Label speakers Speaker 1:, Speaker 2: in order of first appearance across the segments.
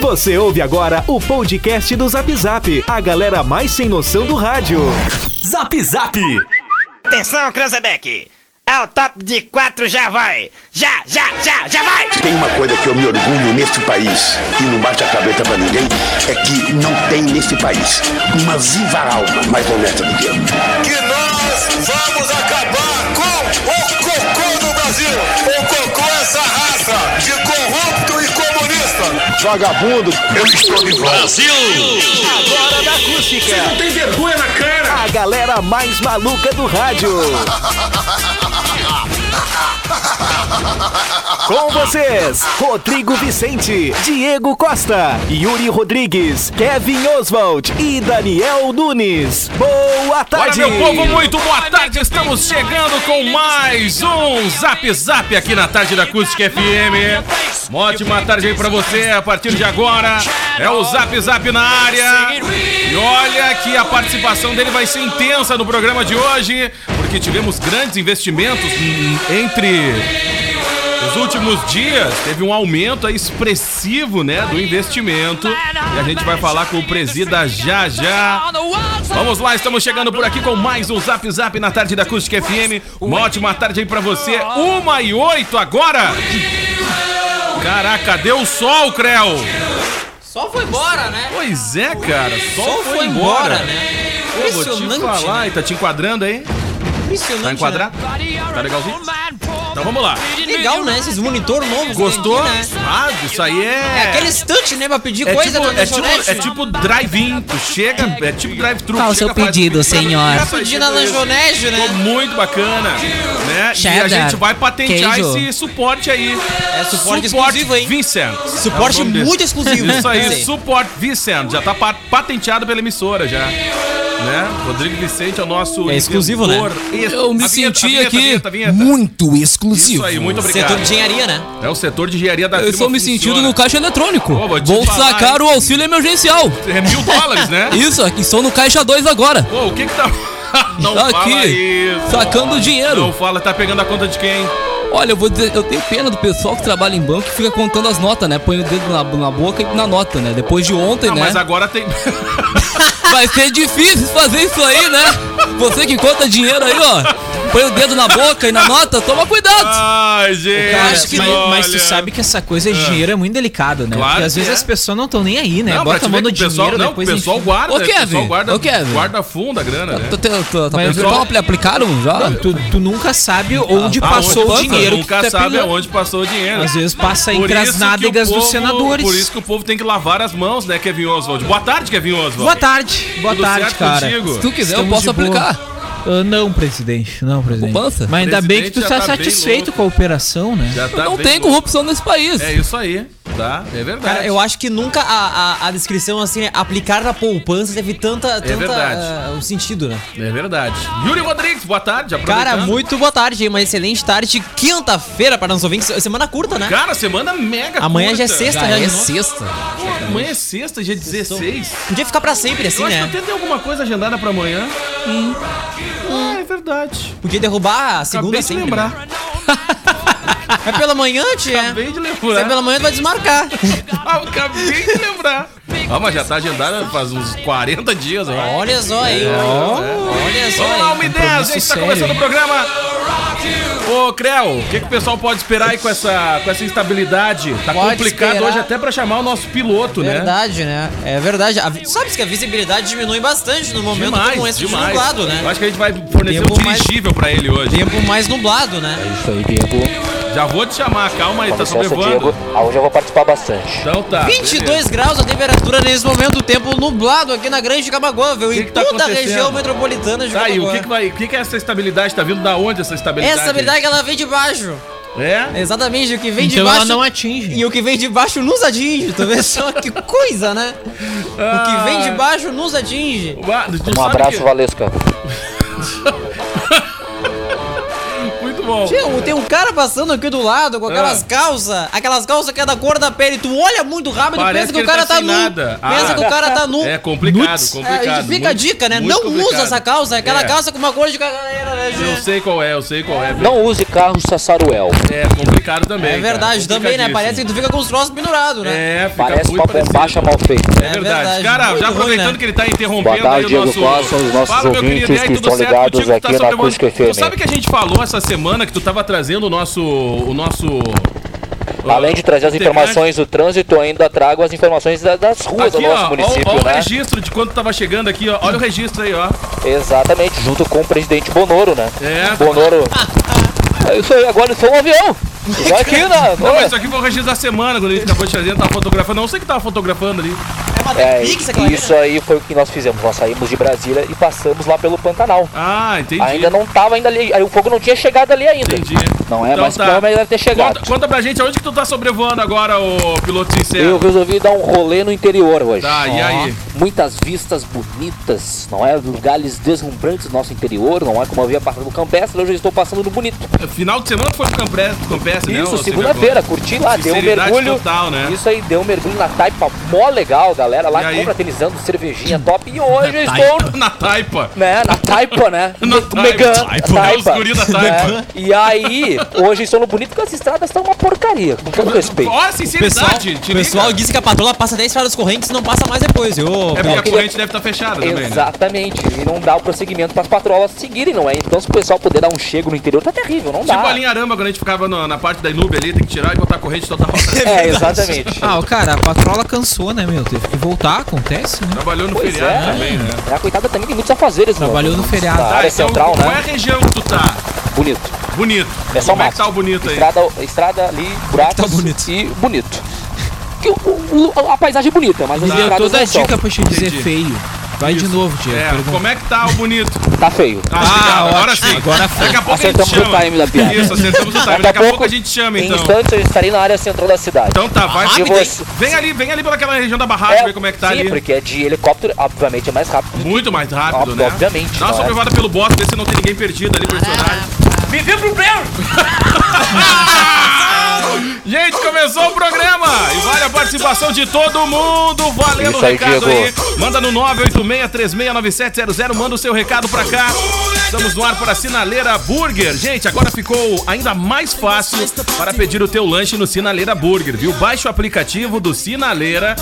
Speaker 1: Você ouve agora o podcast do Zap Zap, a galera mais sem noção do rádio.
Speaker 2: Zap Zap!
Speaker 3: Atenção, Cranzebeck! É o top de quatro, já vai! Já, já, já, já vai!
Speaker 4: Tem uma coisa que eu me orgulho neste país, e não bate a cabeça pra ninguém, é que não tem neste país uma viva alma mais honesta do que eu.
Speaker 5: que nós vamos acabar com o cocô do Brasil. O cocô é essa raça de corrupto e comunista.
Speaker 4: Vagabundo, eu estou de volta.
Speaker 1: Agora da acústica,
Speaker 5: Tem vergonha na cara.
Speaker 1: a galera mais maluca do rádio. Com vocês, Rodrigo Vicente, Diego Costa, Yuri Rodrigues, Kevin Oswald e Daniel Nunes. Boa
Speaker 6: Olha,
Speaker 1: tarde!
Speaker 6: meu povo, muito boa tarde. Estamos chegando com mais um Zap Zap aqui na tarde da Acústica FM. Uma ótima tarde aí pra você. A partir de agora é o Zap Zap na área. E olha que a participação dele vai ser intensa no programa de hoje, porque tivemos grandes investimentos hum, entre nos últimos dias teve um aumento aí expressivo, né, do investimento. E a gente vai falar com o presida já já. Vamos lá, estamos chegando por aqui com mais um Zap Zap na tarde da Acústica FM. Uma ótima tarde aí pra você. Uma e oito agora. Caraca, deu sol, Creu.
Speaker 7: Só foi embora, né?
Speaker 6: Pois é, cara. Sol,
Speaker 7: Só
Speaker 6: foi, embora.
Speaker 7: né?
Speaker 6: Pô, vou te
Speaker 7: Impressionante, né?
Speaker 6: falar, e tá te enquadrando aí?
Speaker 7: Impressionante.
Speaker 6: Tá enquadrado? Tá legalzinho? Então vamos lá.
Speaker 7: né? Legal, né? Esses monitor novos.
Speaker 6: Gostou?
Speaker 7: que tem aqui, né?
Speaker 6: Ah, isso aí
Speaker 7: É aquele estante, né? Pra pedir
Speaker 6: É
Speaker 7: coisa né?
Speaker 6: tipo,
Speaker 7: na
Speaker 6: é tipo,
Speaker 7: lanchonete.
Speaker 6: é tipo drive-in, tu chega, é tipo drive-thru.
Speaker 8: Qual o
Speaker 6: chega,
Speaker 8: seu
Speaker 6: faz-
Speaker 8: pedido, senhor?
Speaker 6: Essa aí,
Speaker 7: Pedir na lanchonete,
Speaker 6: Ficou
Speaker 7: né?
Speaker 6: muito bacana, né? E a
Speaker 8: Cheddar,
Speaker 6: gente vai patentear
Speaker 8: queijo.
Speaker 6: esse suporte aí.
Speaker 7: É suporte exclusivo, hein?
Speaker 6: Vincent.
Speaker 7: Suporte
Speaker 6: É o nome desse.
Speaker 7: muito exclusivo.
Speaker 6: Isso aí,
Speaker 7: Sim.
Speaker 6: suporte Vincent. Já tá pa- patenteado pela emissora, já. Né? Rodrigo Vicente é o nosso
Speaker 7: É exclusivo, né?
Speaker 6: inventor. Ex-
Speaker 8: Eu me
Speaker 6: A vinheta,
Speaker 8: senti
Speaker 6: a vinheta,
Speaker 8: aqui
Speaker 6: a vinheta, a vinheta.
Speaker 8: muito exclusivo.
Speaker 6: Isso aí, muito
Speaker 7: Setor de
Speaker 6: obrigado.
Speaker 7: engenharia, né?
Speaker 6: É o setor de engenharia da
Speaker 8: Eu
Speaker 6: firma
Speaker 8: estou me sentindo
Speaker 6: funciona.
Speaker 8: no caixa eletrônico.
Speaker 6: Ô, vou te
Speaker 8: Vou
Speaker 6: falar,
Speaker 8: sacar
Speaker 6: hein?
Speaker 8: o auxílio emergencial.
Speaker 6: É mil dólares, né?
Speaker 8: Isso, aqui estou no caixa 2 agora.
Speaker 6: Pô, o que que tá... Não fala
Speaker 8: aqui,
Speaker 6: isso.
Speaker 9: Tá
Speaker 8: sacando
Speaker 6: Não
Speaker 8: dinheiro.
Speaker 6: fala, tá pegando a conta de quem?
Speaker 8: Olha, eu vou dizer, eu tenho pena do pessoal que trabalha em banco e fica contando as notas, né? Põe o dedo na, na boca e na nota, né? Depois de ontem,
Speaker 6: Ah,
Speaker 8: né?
Speaker 6: mas agora tem.
Speaker 8: Vai ser difícil fazer isso aí, né? Você que conta dinheiro aí, ó. Põe o dedo na boca e na nota, toma cuidado.
Speaker 6: Ai, gente.
Speaker 7: Eu acho que
Speaker 9: Mas,
Speaker 6: olha. Ah.
Speaker 9: mas tu sabe que essa coisa de dinheiro é muito delicada, né?
Speaker 6: Claro
Speaker 9: Porque às
Speaker 6: que
Speaker 9: vezes
Speaker 6: é.
Speaker 9: as pessoas não estão nem aí, né?
Speaker 6: Não, pra
Speaker 9: Bota
Speaker 6: te
Speaker 9: a
Speaker 6: ver
Speaker 9: mão
Speaker 6: que
Speaker 9: no
Speaker 6: o pessoal,
Speaker 9: dinheiro,
Speaker 6: não, o
Speaker 9: depois
Speaker 6: pessoal
Speaker 9: enfim.
Speaker 6: guarda.
Speaker 8: Ô,
Speaker 6: né? O
Speaker 8: Kevin,
Speaker 6: pessoal guarda,
Speaker 8: ô, Kevin.
Speaker 6: guarda fundo a grana, né?
Speaker 8: Tá, tá, tá, tá,
Speaker 9: Mas eu-
Speaker 8: tá, aplicaram já? Tá.
Speaker 9: Não, tu, tu nunca sabe onde
Speaker 6: Aonde
Speaker 9: passou o
Speaker 6: passa,
Speaker 9: dinheiro que tu
Speaker 6: Nunca
Speaker 9: tá
Speaker 6: sabe
Speaker 9: pegando.
Speaker 6: aonde é passou o dinheiro.
Speaker 9: Às vezes tá passa entre
Speaker 6: isso
Speaker 9: as
Speaker 6: que
Speaker 9: nádegas
Speaker 6: o
Speaker 9: dos
Speaker 6: povo-
Speaker 9: senadores.
Speaker 6: Por isso que o povo tem que lavar as mãos, né, Kevin Oswald? Boa tarde, Kevin Oswald.
Speaker 9: Boa tarde, boa
Speaker 6: Tudo
Speaker 9: tarde,
Speaker 6: certo
Speaker 9: cara.
Speaker 6: contigo?
Speaker 8: Se tu quiser, eu
Speaker 9: Estamos
Speaker 8: posso
Speaker 9: de boa.
Speaker 8: aplicar.
Speaker 9: Ah, não, presidente, não, presidente.
Speaker 8: Poupança?
Speaker 9: Mas ainda bem que
Speaker 6: Presidente
Speaker 9: tu
Speaker 6: já
Speaker 9: tá
Speaker 6: tá bem
Speaker 9: satisfeito
Speaker 6: louco.
Speaker 9: com a operação, né?
Speaker 6: Já tá
Speaker 8: não
Speaker 6: bem
Speaker 8: tem
Speaker 6: louco.
Speaker 8: corrupção nesse país.
Speaker 6: É isso aí, tá? É verdade.
Speaker 7: Cara, eu acho que nunca a, a, a descrição, assim, é aplicar na poupança teve tanta, tanta
Speaker 6: É verdade.
Speaker 7: ah, o sentido, né?
Speaker 6: É verdade. Yuri Rodrigues, boa tarde.
Speaker 7: Cara,
Speaker 6: aproveitando.
Speaker 7: muito boa tarde, uma excelente tarde. Quinta-feira para nós ouvintes, semana curta, né?
Speaker 6: Cara, semana mega
Speaker 7: Amanhã já é
Speaker 6: curta.
Speaker 7: sexta,
Speaker 8: Já
Speaker 7: né?
Speaker 8: é
Speaker 7: de novo.
Speaker 8: sexta.
Speaker 6: Amanhã é sexta, dia 16.
Speaker 7: Podia ficar pra sempre, assim,
Speaker 6: eu acho
Speaker 7: né?
Speaker 6: que até tem alguma coisa agendada pra amanhã.
Speaker 9: Hum.
Speaker 6: Ah, é verdade.
Speaker 7: Podia derrubar a segunda
Speaker 6: Acabei de
Speaker 7: sempre.
Speaker 6: lembrar.
Speaker 7: É pela manhã, tia.
Speaker 6: Acabei de
Speaker 7: Você
Speaker 6: lembrar.
Speaker 7: pela manhã tu vai desmarcar.
Speaker 6: Acabei de lembrar. Ah, mas já tá agendada faz uns 40 dias. ó.
Speaker 7: Olha só aí. Olha só
Speaker 6: É. Vamos lá,
Speaker 7: aí.
Speaker 6: uma ideia, a gente tá começando o programa. Ô, Creu, o que, que o pessoal pode esperar aí com essa, com essa instabilidade? Tá
Speaker 7: Pode
Speaker 6: complicado
Speaker 7: esperar.
Speaker 6: hoje até pra chamar o nosso piloto, né?
Speaker 7: Verdade, né? É verdade. A vi- Sabes que a visibilidade diminui bastante no momento como
Speaker 6: Demais,
Speaker 7: esse de
Speaker 6: demais.
Speaker 7: nublado,
Speaker 6: Eu
Speaker 7: né?
Speaker 6: acho que a gente vai fornecer
Speaker 7: Tempo
Speaker 6: um
Speaker 7: mais-
Speaker 6: dirigível pra ele hoje.
Speaker 7: Tempo mais nublado, né?
Speaker 6: Já vou te chamar, calma aí, tá
Speaker 10: Licença, Diego.
Speaker 6: sobrevando.
Speaker 10: Ah, hoje eu vou participar bastante.
Speaker 6: Então tá.
Speaker 7: 22
Speaker 6: beleza.
Speaker 7: graus a temperatura nesse momento, tempo nublado aqui na Grande Camaguã, viu?
Speaker 6: Que
Speaker 7: Em
Speaker 6: que tá
Speaker 7: toda a
Speaker 6: acontecendo?
Speaker 7: região metropolitana de
Speaker 6: Tá aí, o
Speaker 7: Camaguã.
Speaker 6: que, que vai. O que, que é essa estabilidade? Tá vindo da onde essa estabilidade?
Speaker 7: Essa habilidade ela vem de baixo.
Speaker 6: É?
Speaker 7: Exatamente, o que vem de
Speaker 9: Então
Speaker 7: baixo.
Speaker 9: ela não atinge.
Speaker 7: E o que vem de baixo nos atinge, tu vê só que coisa, né? O que vem
Speaker 6: Ah.
Speaker 7: de baixo nos atinge.
Speaker 6: Ba- Ah, tu
Speaker 10: Um
Speaker 6: sabe
Speaker 10: abraço,
Speaker 6: que-
Speaker 10: Valesca.
Speaker 6: Muito bom.
Speaker 7: Tio, tem um cara passando aqui do lado com aquelas
Speaker 6: Ah.
Speaker 7: calças, aquelas calças que é da cor da pele. Tu olha muito rápido e
Speaker 6: Parece
Speaker 7: pensa que,
Speaker 6: que
Speaker 7: o
Speaker 6: ele
Speaker 7: cara
Speaker 6: tá
Speaker 7: tá,
Speaker 6: sem
Speaker 7: nu.
Speaker 6: nada.
Speaker 7: Pensa
Speaker 6: Ah.
Speaker 7: que o cara tá nu.
Speaker 6: É complicado, complicado.
Speaker 7: É, fica a
Speaker 6: muito-
Speaker 7: dica, né?
Speaker 6: muito
Speaker 7: Não
Speaker 6: complicado.
Speaker 7: usa essa calça, é aquela
Speaker 6: É.
Speaker 7: calça com uma cor de galera. né,
Speaker 6: Eu
Speaker 7: gente?
Speaker 6: sei qual é, eu sei qual é.
Speaker 10: Não use carro Sassaruel.
Speaker 6: É complicado também.
Speaker 7: É verdade,
Speaker 6: cara,
Speaker 7: também, né?
Speaker 6: complicadíssimo.
Speaker 7: Parece que tu fica com os troços pendurados, né?
Speaker 6: É, fica
Speaker 10: Parece
Speaker 6: muito
Speaker 10: uma bombacha
Speaker 6: parecido.
Speaker 10: mal feita.
Speaker 6: É verdade.
Speaker 7: verdade,
Speaker 6: Cara,
Speaker 7: muito
Speaker 6: já
Speaker 7: ruim,
Speaker 6: aproveitando
Speaker 7: né?
Speaker 6: que ele tá interrompendo
Speaker 10: Boa tarde,
Speaker 6: aí o
Speaker 10: Diego
Speaker 6: nosso...
Speaker 10: Costa, os nossos
Speaker 6: Fala, meu querido,
Speaker 10: ouvintes
Speaker 6: e aí,
Speaker 10: que
Speaker 6: tudo
Speaker 10: estão
Speaker 6: certo?
Speaker 10: ligados
Speaker 6: Contigo tá
Speaker 10: aqui na
Speaker 6: sobrevivendo.
Speaker 10: Acústica
Speaker 6: Tu
Speaker 10: FM.
Speaker 6: sabe que a gente falou essa semana que tu tava trazendo o nosso... O nosso...
Speaker 10: Além de trazer as
Speaker 6: integrante?
Speaker 10: informações do trânsito, eu ainda trago as informações da- das ruas
Speaker 6: Aqui,
Speaker 10: do nosso
Speaker 6: ó, ó,
Speaker 10: município,
Speaker 6: ó o
Speaker 10: né?
Speaker 6: registro de quando tava chegando aqui, ó. Olha o registro aí, ó.
Speaker 10: Exatamente, junto com o presidente Bonoro, né?
Speaker 6: É.
Speaker 10: Bonoro. Eu sou, agora eu sou um avião. Já aqui, né?
Speaker 6: Não, mas isso aqui foi o registro da semana, quando ele acabou de fazer, tava fotografando. Não sei o que tava fotografando ali.
Speaker 7: É uma
Speaker 10: É,
Speaker 7: Netflix, aquela
Speaker 10: isso aí foi o que nós fizemos. Nós saímos de Brasília e passamos lá pelo Pantanal.
Speaker 6: Ah, entendi.
Speaker 10: Ainda não tava ainda ali, aí o fogo não tinha chegado ali ainda.
Speaker 6: Entendi. Então tá.
Speaker 10: Não é, mas provavelmente deve ter chegado.
Speaker 6: Conta, conta pra gente aonde que tu tá sobrevoando agora, o piloto sincero.
Speaker 10: Eu resolvi dar um rolê no interior hoje.
Speaker 6: Tá, e aí?
Speaker 10: Muitas vistas bonitas, não é? Lugares deslumbrantes do nosso interior, não é como eu havia passado no Campestre, hoje eu estou passando no bonito.
Speaker 6: Final de semana tu foi no Campestre, Campestre né?
Speaker 10: Isso,
Speaker 6: ô, sem
Speaker 10: segunda-feira,
Speaker 6: vergonha?
Speaker 10: curti lá, deu um
Speaker 6: Sinceridade
Speaker 10: mergulho.
Speaker 6: total, né?
Speaker 10: Isso aí, deu um mergulho na taipa mó legal, galera.
Speaker 6: E
Speaker 10: Lá
Speaker 6: aí?
Speaker 10: confraternizando, cervejinha top. E hoje eu estou.
Speaker 6: Na taipa.
Speaker 10: Né, na taipa, né?
Speaker 6: Na
Speaker 10: Me-
Speaker 6: taipa.
Speaker 10: Megan,
Speaker 6: Taipa. É os guri da taipa.
Speaker 10: né? E aí, hoje eu estou no bonito porque as estradas estão uma porcaria, com todo respeito.
Speaker 6: Ó,
Speaker 7: pessoal,
Speaker 6: sinceridade, te
Speaker 7: o pessoal
Speaker 6: liga.
Speaker 7: disse que a patroa passa 10 fadas correntes e não passa mais depois. Eu,
Speaker 6: É porque a
Speaker 10: queria-
Speaker 6: corrente deve estar fechada também, né?
Speaker 10: Exatamente, e não dá o prosseguimento para as patrolas seguirem, não é? Então, se o pessoal puder dar um chego no interior, tá terrível, não dá.
Speaker 6: Tipo a linha arama, quando a gente ficava no- na parte da Inube ali, tem que tirar e botar a corrente toda hora.
Speaker 10: É, exatamente.
Speaker 9: Ah, o cara, a patrola cansou, né, meu? Teve que voltar, acontece, né?
Speaker 6: Trabalhou no
Speaker 10: Pois
Speaker 6: feriado
Speaker 10: é.
Speaker 6: também, né?
Speaker 10: A coitada também tem muitos afazeres, mano.
Speaker 9: Trabalhou no feriado.
Speaker 10: Na
Speaker 9: Tá,
Speaker 10: área central,
Speaker 6: qual é a
Speaker 10: né?
Speaker 6: região que tu tá?
Speaker 10: Bonito.
Speaker 6: Bonito.
Speaker 10: É só
Speaker 6: Como é
Speaker 10: mato.
Speaker 6: que tá o bonito aí?
Speaker 10: Estrada, estrada ali, buracos
Speaker 9: Tá bonito.
Speaker 10: e bonito. Que o- o- o- a paisagem é bonita, mas as
Speaker 9: Ele deu
Speaker 10: estradas
Speaker 9: toda
Speaker 10: não
Speaker 9: a
Speaker 10: são.
Speaker 9: dica pra te dizer
Speaker 6: Entendi.
Speaker 9: feio. Vai de novo, Diego.
Speaker 6: É,
Speaker 9: pergunta.
Speaker 6: como é que tá o bonito?
Speaker 10: Tá feio.
Speaker 6: Ah, agora sim.
Speaker 9: Agora
Speaker 6: Daqui a pouco
Speaker 10: Acertamos
Speaker 6: a gente chama.
Speaker 10: o time da piada.
Speaker 6: Isso, acertamos o time. Daqui a pouco a gente chama,
Speaker 10: em
Speaker 6: então.
Speaker 10: instantes, eu estarei na área central da cidade.
Speaker 6: Então tá, vai.
Speaker 10: Rápido, hein?
Speaker 6: Vem ali, vem ali pelaquela região da barragem, ver como é que tá
Speaker 10: sim,
Speaker 6: ali.
Speaker 10: porque é de helicóptero, obviamente, é mais rápido.
Speaker 6: Muito mais rápido,
Speaker 10: Ob-
Speaker 6: né?
Speaker 10: obviamente,
Speaker 6: Dá uma
Speaker 10: não é?
Speaker 6: sobrevada pelo boss, ver se não tem ninguém perdido ali, personagem. Vivi pro Breno! Gente, começou o programa e vale a participação de todo mundo. Valendo o
Speaker 10: Isso aí,
Speaker 6: recado
Speaker 10: Diego.
Speaker 6: aí. Manda no 986369700, manda o seu recado pra cá. Estamos no ar para Sinaleira Burger. Gente, agora ficou ainda mais fácil para pedir o teu lanche no Sinaleira Burger, viu? Baixe o aplicativo do Sinaleira,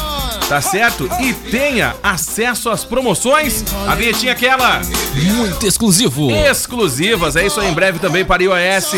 Speaker 6: tá certo? E tenha acesso às promoções. A vinhetinha é aquela É
Speaker 8: Muito exclusivo.
Speaker 6: exclusivas. É isso aí em breve também para iOS.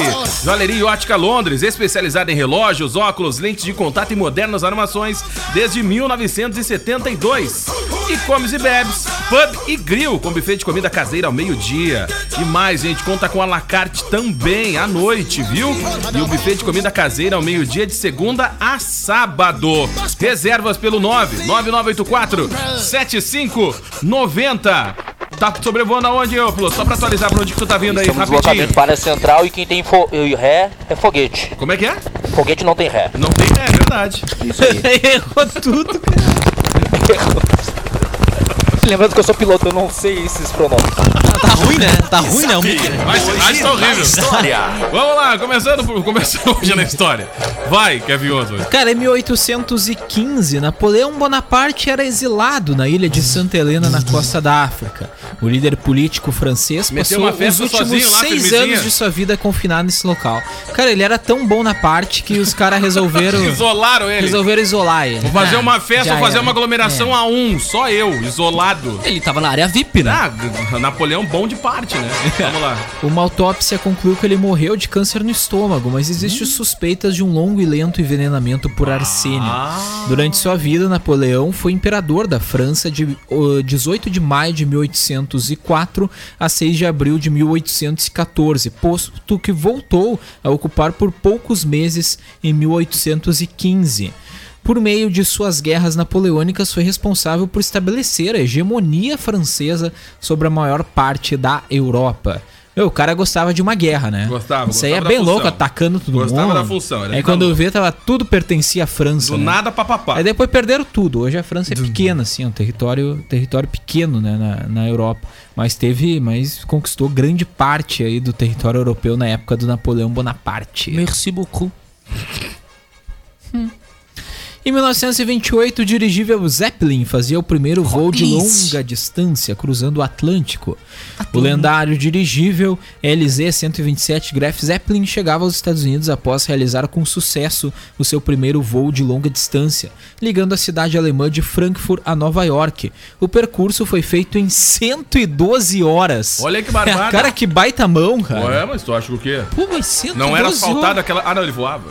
Speaker 6: Joalheria e Ótica Londres, especializada em relógios, óculos, lentes de contato e modernas armações desde 1972. E comes e bebes, pub e grill, com buffet de comida caseira ao meio-dia. E mais, gente, conta com alacarte também à noite, viu? E o buffet de comida caseira ao meio-dia de segunda a sábado. Reservas pelo 9 9984 7590. Tá sobrevoando aonde, ô, piloto? Só pra atualizar pra onde que tu tá vindo aí,
Speaker 10: Estamos no
Speaker 6: rapidinho.
Speaker 10: deslocamento para a área central e quem tem fo e ré é foguete.
Speaker 6: Como é que é?
Speaker 10: Foguete não tem ré.
Speaker 6: Não tem, é verdade.
Speaker 10: Isso aí.
Speaker 9: Errou tudo, cara.
Speaker 10: Lembrando que eu sou piloto, eu não sei esses pronomes.
Speaker 7: tá ruim, né? Tá ruim, né? Muito-
Speaker 6: Mas mas tá horrível. Vamos lá, começando, por, começando hoje na história. Vai, Kevin Oswald.
Speaker 9: Cara, em 1815, Napoleão Bonaparte era exilado na ilha de Santa Helena, na costa da África. O líder político francês
Speaker 6: Meteu
Speaker 9: passou
Speaker 6: uma
Speaker 9: os
Speaker 6: festa
Speaker 9: últimos
Speaker 6: sozinho lá,
Speaker 9: seis
Speaker 6: firmezinha.
Speaker 9: anos de sua vida confinado nesse local. Cara, ele era tão bom na parte que os caras resolveram,
Speaker 6: Isolaram ele.
Speaker 9: resolveram isolar ele.
Speaker 6: Vou fazer
Speaker 9: Ah,
Speaker 6: uma festa,
Speaker 9: já
Speaker 6: vou fazer
Speaker 9: era.
Speaker 6: uma aglomeração a um, só eu, isolado.
Speaker 8: Ele tava na área VIP, né?
Speaker 6: Ah, Napoleão bom de parte, né? Vamos lá.
Speaker 9: Uma autópsia concluiu que ele morreu de câncer no estômago, mas existem
Speaker 7: Hum.
Speaker 9: suspeitas de um longo e lento envenenamento por arsênio.
Speaker 7: Ah.
Speaker 9: Durante sua vida, Napoleão foi imperador da França de oh, 18 de maio de 1804 a 6 de abril de 1814, posto que voltou a ocupar por poucos meses em 1815 por meio de suas guerras napoleônicas, foi responsável por estabelecer a hegemonia francesa sobre a maior parte da Europa. Meu, o cara gostava de uma guerra, né?
Speaker 6: Gostava,
Speaker 9: Isso aí é
Speaker 6: gostava da
Speaker 9: bem
Speaker 6: função.
Speaker 9: louco, atacando todo
Speaker 6: Gostava
Speaker 9: mundo.
Speaker 6: da função, ele
Speaker 9: Aí
Speaker 6: tá
Speaker 9: quando eu
Speaker 6: louco.
Speaker 9: vê, tava, tudo pertencia à França.
Speaker 6: Do
Speaker 9: né?
Speaker 6: nada papapá.
Speaker 9: Aí depois perderam tudo. Hoje a França é pequena, assim, é um território, território pequeno, né, na, na Europa. Mas teve, mas conquistou grande parte aí do território europeu na época do Napoleão Bonaparte.
Speaker 8: Merci beaucoup.
Speaker 9: Em 1928, o dirigível Zeppelin fazia o primeiro voo de
Speaker 8: Rollins.
Speaker 9: longa distância cruzando o Atlântico. O lendário dirigível LZ-127 Graf Zeppelin chegava aos Estados Unidos após realizar com sucesso o seu primeiro voo de longa distância, ligando a cidade alemã de Frankfurt a Nova York. O percurso foi feito em 112 horas. É
Speaker 6: Olha que barbada.
Speaker 9: Cara, que baita mão, cara.
Speaker 6: Ué, mas tu acha que o quê?
Speaker 9: Pô, mas 112
Speaker 6: Não era asfaltado
Speaker 9: horas.
Speaker 6: aquela. Ah, não, ele voava.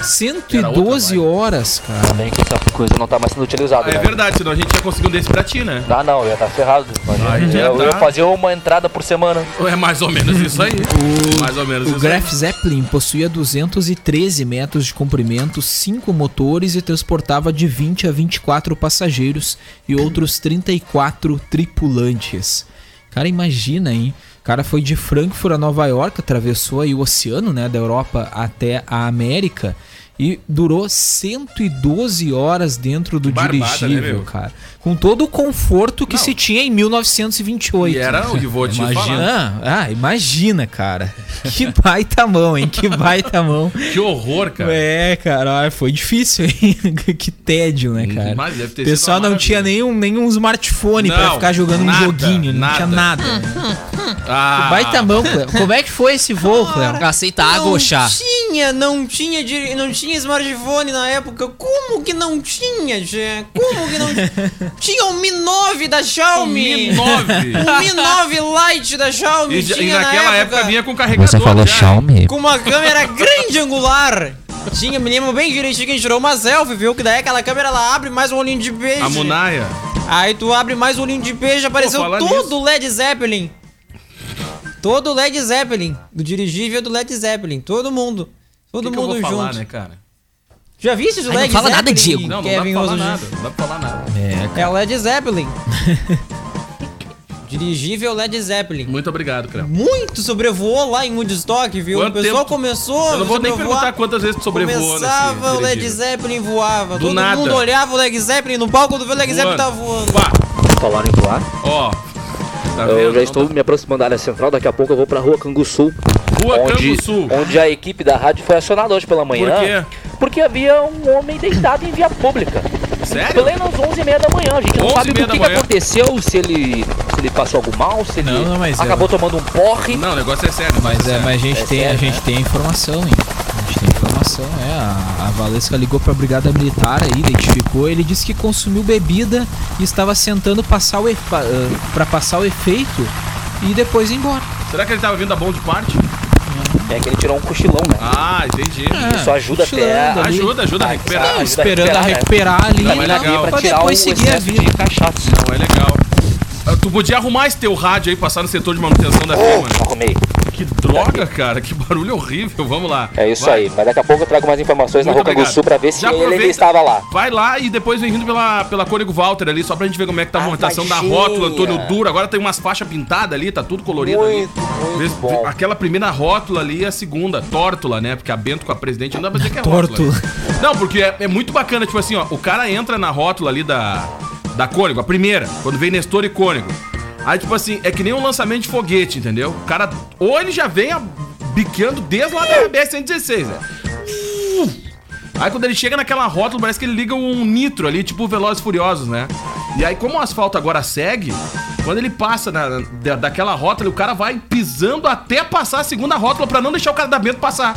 Speaker 9: 112
Speaker 6: Era
Speaker 9: horas, cara.
Speaker 10: Ah, Bem que essa coisa não tá mais sendo utilizada.
Speaker 6: Ah, é
Speaker 10: né?
Speaker 6: verdade, senão a gente ia conseguir um desse pra ti, né?
Speaker 10: Ah, não, eu ia tá ferrado. Imagina.
Speaker 6: Aí já
Speaker 10: eu, eu
Speaker 6: tá.
Speaker 10: fazia uma entrada por semana.
Speaker 6: É mais ou menos isso aí. mais ou menos
Speaker 9: O
Speaker 6: isso
Speaker 9: Graf Zeppelin possuía 213 metros de comprimento, 5 motores e transportava de 20 a 24 passageiros e outros 34 tripulantes. Cara, imagina, hein? O cara foi de Frankfurt a Nova York, atravessou aí o oceano, né, da Europa até a América e durou 112 horas dentro do
Speaker 6: barbada, né,
Speaker 9: dirigível,
Speaker 6: meu?
Speaker 9: cara. Com todo o conforto que se tinha em 1928.
Speaker 6: E era o que vou te falar.
Speaker 9: Imagina, ah, imagina, cara. Que baita mão, hein? Que baita mão.
Speaker 6: Que horror, cara.
Speaker 9: É, cara, ó, foi difícil, hein? Que tédio, né, cara?
Speaker 6: Uhum. Mas deve ter
Speaker 9: o pessoal
Speaker 6: sido uma
Speaker 9: não tinha
Speaker 6: maravilha.
Speaker 9: nenhum, nenhum smartphone pra
Speaker 6: Não,
Speaker 9: ficar jogando
Speaker 6: nada,
Speaker 9: um joguinho, não
Speaker 6: nada.
Speaker 9: tinha nada.
Speaker 6: Ah,
Speaker 9: Baita mão, Cleo. Como é que foi esse voo, Cleo?
Speaker 8: Aceita água ou chá?
Speaker 7: tinha, não tinha, dire- não tinha smartphone na época. Como que não tinha, Jé? Como que não tinha? o Mi 9
Speaker 9: Um
Speaker 7: da Xiaomi.
Speaker 6: nove.
Speaker 7: O Mi 9 Lite da Xiaomi
Speaker 6: E, já- e
Speaker 7: tinha
Speaker 6: naquela
Speaker 7: na
Speaker 6: época
Speaker 7: época.
Speaker 6: vinha com carregador. já.
Speaker 7: com uma câmera grande angular. Tinha, me lembro bem direitinho que a gente tirou uma selfie, viu? Que daí aquela câmera ela abre mais um olhinho de peixe.
Speaker 6: A Munaia.
Speaker 7: Aí tu abre mais um olhinho de peixe, apareceu
Speaker 6: falar
Speaker 7: todo o Led Zeppelin. Todo o Led Zeppelin. Do dirigível do Led Zeppelin. Todo mundo. Todo
Speaker 6: Que que eu
Speaker 7: mundo
Speaker 6: vou
Speaker 7: junto.
Speaker 6: falar, né, cara?
Speaker 7: Já viste o
Speaker 8: não
Speaker 7: Led Zeppelin?
Speaker 8: fala nada, Diego.
Speaker 6: Não, não
Speaker 7: Kevin
Speaker 6: dá pra falar
Speaker 7: Oswald?
Speaker 6: nada. Não dá pra falar nada.
Speaker 7: É o Led Zeppelin. dirigível Led Zeppelin.
Speaker 6: Muito obrigado, cara.
Speaker 7: Muito sobrevoou lá em Woodstock, viu?
Speaker 6: Quanto
Speaker 7: o pessoal
Speaker 6: tempo?
Speaker 7: começou.
Speaker 6: Eu não vou nem
Speaker 7: sobrevoar.
Speaker 6: perguntar quantas vezes tu sobrevoou
Speaker 7: Começava, o Led
Speaker 6: dirigível.
Speaker 7: Zeppelin voava.
Speaker 6: assim, Do
Speaker 7: Todo
Speaker 6: nada.
Speaker 7: mundo olhava o Led Zeppelin no palco, quando vê o Led Zeppelin tá voando.
Speaker 6: Pá,
Speaker 10: Falaram em voar.
Speaker 6: ó. Tá
Speaker 10: Eu
Speaker 6: vendo?
Speaker 10: já estou me aproximando da área central, daqui a pouco eu vou pra Rua Canguçu.
Speaker 6: Rua
Speaker 10: onde,
Speaker 6: Canguçu.
Speaker 10: onde a equipe da rádio foi acionada hoje pela manhã.
Speaker 6: quê?
Speaker 10: Porque havia um homem deitado em via pública.
Speaker 6: Sério?
Speaker 10: Plenas 11h30 da manhã. A gente não
Speaker 6: 11h30
Speaker 10: sabe o
Speaker 6: da
Speaker 10: que, que
Speaker 6: manhã.
Speaker 10: aconteceu, se ele, se ele passou algum mal, se ele
Speaker 9: Não, não, mas
Speaker 10: acabou tomando um porre.
Speaker 6: Não, o negócio é sério.
Speaker 9: Mas, é, mas a gente,
Speaker 10: É
Speaker 9: tem, a
Speaker 10: sério,
Speaker 9: gente
Speaker 10: né?
Speaker 9: tem a informação, hein? A gente tem a informação, é. A, a Valesca ligou pra Brigada Militar aí, identificou. Ele disse que consumiu bebida e estava sentando passar o efe- pa- ah, pra passar o efeito e depois ir embora.
Speaker 6: Será que ele tava vindo da bom de parte?
Speaker 10: É que ele tirou um cochilão, né?
Speaker 6: Ah, entendi.
Speaker 10: Isso ajuda até
Speaker 9: cochilando
Speaker 10: a...
Speaker 9: ali.
Speaker 6: Ajuda, ajuda a recuperar.
Speaker 10: Ah, isso
Speaker 9: Esperando a
Speaker 10: recuperar, né?
Speaker 9: recuperar ali.
Speaker 6: Não, é
Speaker 10: Ele
Speaker 6: legal.
Speaker 10: pra
Speaker 9: Pra
Speaker 10: tirar o
Speaker 9: depois seguir a
Speaker 10: excesso
Speaker 9: vida.
Speaker 10: de cachaça.
Speaker 6: Não, é legal. Ah, Tu podia arrumar esse teu rádio aí, passar no setor de manutenção da firma. né?
Speaker 10: Não arrumei.
Speaker 6: Que droga, cara. Que barulho horrível. Vamos lá.
Speaker 10: É isso
Speaker 6: Vai.
Speaker 10: aí. Mas daqui a pouco eu trago mais informações
Speaker 6: Muito
Speaker 10: na Rua Canguçu
Speaker 6: obrigado.
Speaker 10: pra ver se
Speaker 6: Já
Speaker 10: ele ainda
Speaker 6: aproveita-
Speaker 10: estava lá.
Speaker 6: Vai lá e depois vem rindo pela, pela Cônigo Walter ali, só pra gente ver como é que tá a
Speaker 10: Ah,
Speaker 6: movimentação da
Speaker 10: imagina.
Speaker 6: rótula, Antônio Duro. Agora tem umas faixas pintadas ali, tá tudo colorido ali.
Speaker 10: Muito, muito
Speaker 6: Vê se-
Speaker 10: bom.
Speaker 6: Aquela primeira rótula ali e a segunda, tórtula, né? Porque a Bento com a presidente não dá pra dizer que é rótula.
Speaker 9: Tórtula.
Speaker 6: Não, porque é, é muito bacana, tipo assim, ó, o cara entra na rótula ali da, da Cônigo, a primeira, quando vem Nestor e Cônigo. Aí, tipo assim, é que nem um lançamento de foguete, entendeu? O cara, ou ele já vem a- biqueando desde lá da RBS-116, né? Aí quando ele chega naquela rótula, parece que ele liga um nitro ali, tipo Velozes e Furiosos, né? E aí, como o asfalto agora segue, quando ele passa na- da, daquela rótula, o cara vai pisando até passar a segunda rótula pra não deixar o cara da Bento passar.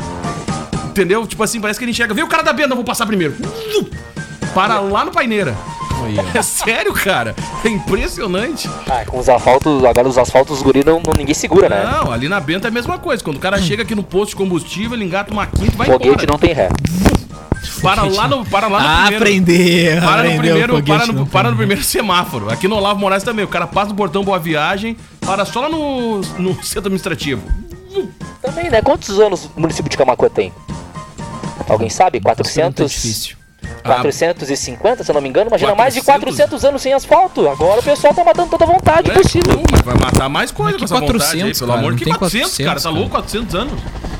Speaker 6: Entendeu? Tipo assim, parece que ele enxerga. Viu o cara da Bento, não vou passar primeiro. Para lá no paineira. É sério, cara? É impressionante.
Speaker 10: Ah, com os asfaltos, agora os asfaltos os guri não, não- ninguém segura, né?
Speaker 6: Não, ali na Bento é a mesma coisa. Quando o cara chega aqui no posto de combustível, ele engata uma quinta e vai
Speaker 10: Foguete
Speaker 6: embora.
Speaker 10: não Ah, tem ré.
Speaker 6: Para lá no, para lá no
Speaker 7: Ah,
Speaker 9: aprender.
Speaker 6: Para no,
Speaker 7: um
Speaker 9: aprendeu o
Speaker 6: primeiro,
Speaker 9: foguete
Speaker 6: para, no,
Speaker 9: não
Speaker 6: para no
Speaker 9: tem.
Speaker 6: primeiro semáforo. Aqui no Olavo Moraes também. O cara passa no portão Boa Viagem, para só lá no, no centro administrativo. né?
Speaker 10: Também, né? Quantos anos o município de Camacuã tem? Alguém sabe?
Speaker 6: tá
Speaker 9: Pergunta
Speaker 10: 400?
Speaker 9: é difícil.
Speaker 6: Ah.
Speaker 10: 450, se eu não me engano, imagina mais de
Speaker 6: 400?
Speaker 10: 400 anos sem asfalto. Agora o pessoal tá matando toda
Speaker 6: É,
Speaker 10: vontade possível. hein?
Speaker 6: Mas vai matar mais coisa
Speaker 9: Mas
Speaker 6: com
Speaker 9: que
Speaker 6: essa vontade aí,
Speaker 9: 400,
Speaker 6: pelo
Speaker 9: cara,
Speaker 6: amor
Speaker 9: não
Speaker 6: de
Speaker 9: tem
Speaker 6: Deus. 400, cara,
Speaker 9: 400,
Speaker 6: tá louco? 400 anos.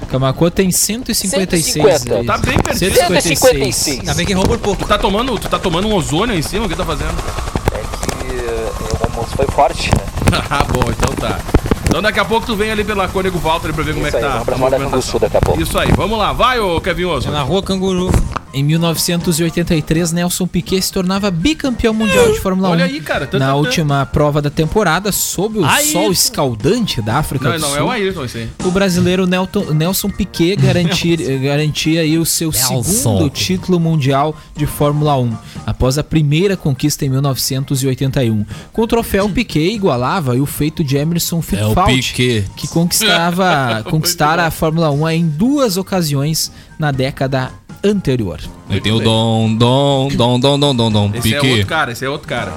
Speaker 9: Camacuã tem 156.
Speaker 10: 150.
Speaker 6: Tá bem perdido.
Speaker 10: 156.
Speaker 7: Ainda bem que roubou por
Speaker 6: Tu
Speaker 7: pouco.
Speaker 6: tá tomando, tu tá tomando um ozônio aí em cima, o que tá fazendo?
Speaker 10: É que eh, o almoço foi forte, né?
Speaker 6: ah, bom, então tá. Então daqui a pouco tu vem ali pela Cônego Valtteri pra ver como
Speaker 10: Isso
Speaker 6: é
Speaker 10: aí,
Speaker 6: que tá.
Speaker 10: vamos pra
Speaker 6: a
Speaker 10: Moda
Speaker 6: movimentação.
Speaker 10: Sul daqui a pouco.
Speaker 6: Isso aí, vamos lá. Vai, ô Kevin Oswald.
Speaker 7: Na rua Canguru.
Speaker 9: Em 1983, Nelson Piquet se tornava bicampeão mundial de Fórmula 1.
Speaker 6: Olha aí, cara, tan, tan,
Speaker 9: Na
Speaker 6: tan.
Speaker 9: última prova da temporada, sob o
Speaker 6: Aí.
Speaker 9: sol escaldante da África
Speaker 6: Não,
Speaker 9: do
Speaker 6: não, é
Speaker 9: Sul,
Speaker 6: o Ayrton esse aí.
Speaker 9: o brasileiro Nelton- Nelson Piquet garantir, eh, garantia aí o seu
Speaker 8: Nelson.
Speaker 9: segundo título mundial de Fórmula 1, após a primeira conquista em 1981. Com o troféu, Piquet igualava aí o feito de
Speaker 6: É
Speaker 9: Emerson Fittipaldi,
Speaker 8: Piquet.
Speaker 9: que conquistava, conquistara a Fórmula 1 em duas ocasiões na década anterior.
Speaker 8: Eu tenho o dom, dom, dom, dom, dom, dom,
Speaker 9: Um
Speaker 8: dom.
Speaker 6: Esse é outro
Speaker 8: Piquet.
Speaker 6: cara, esse é outro cara.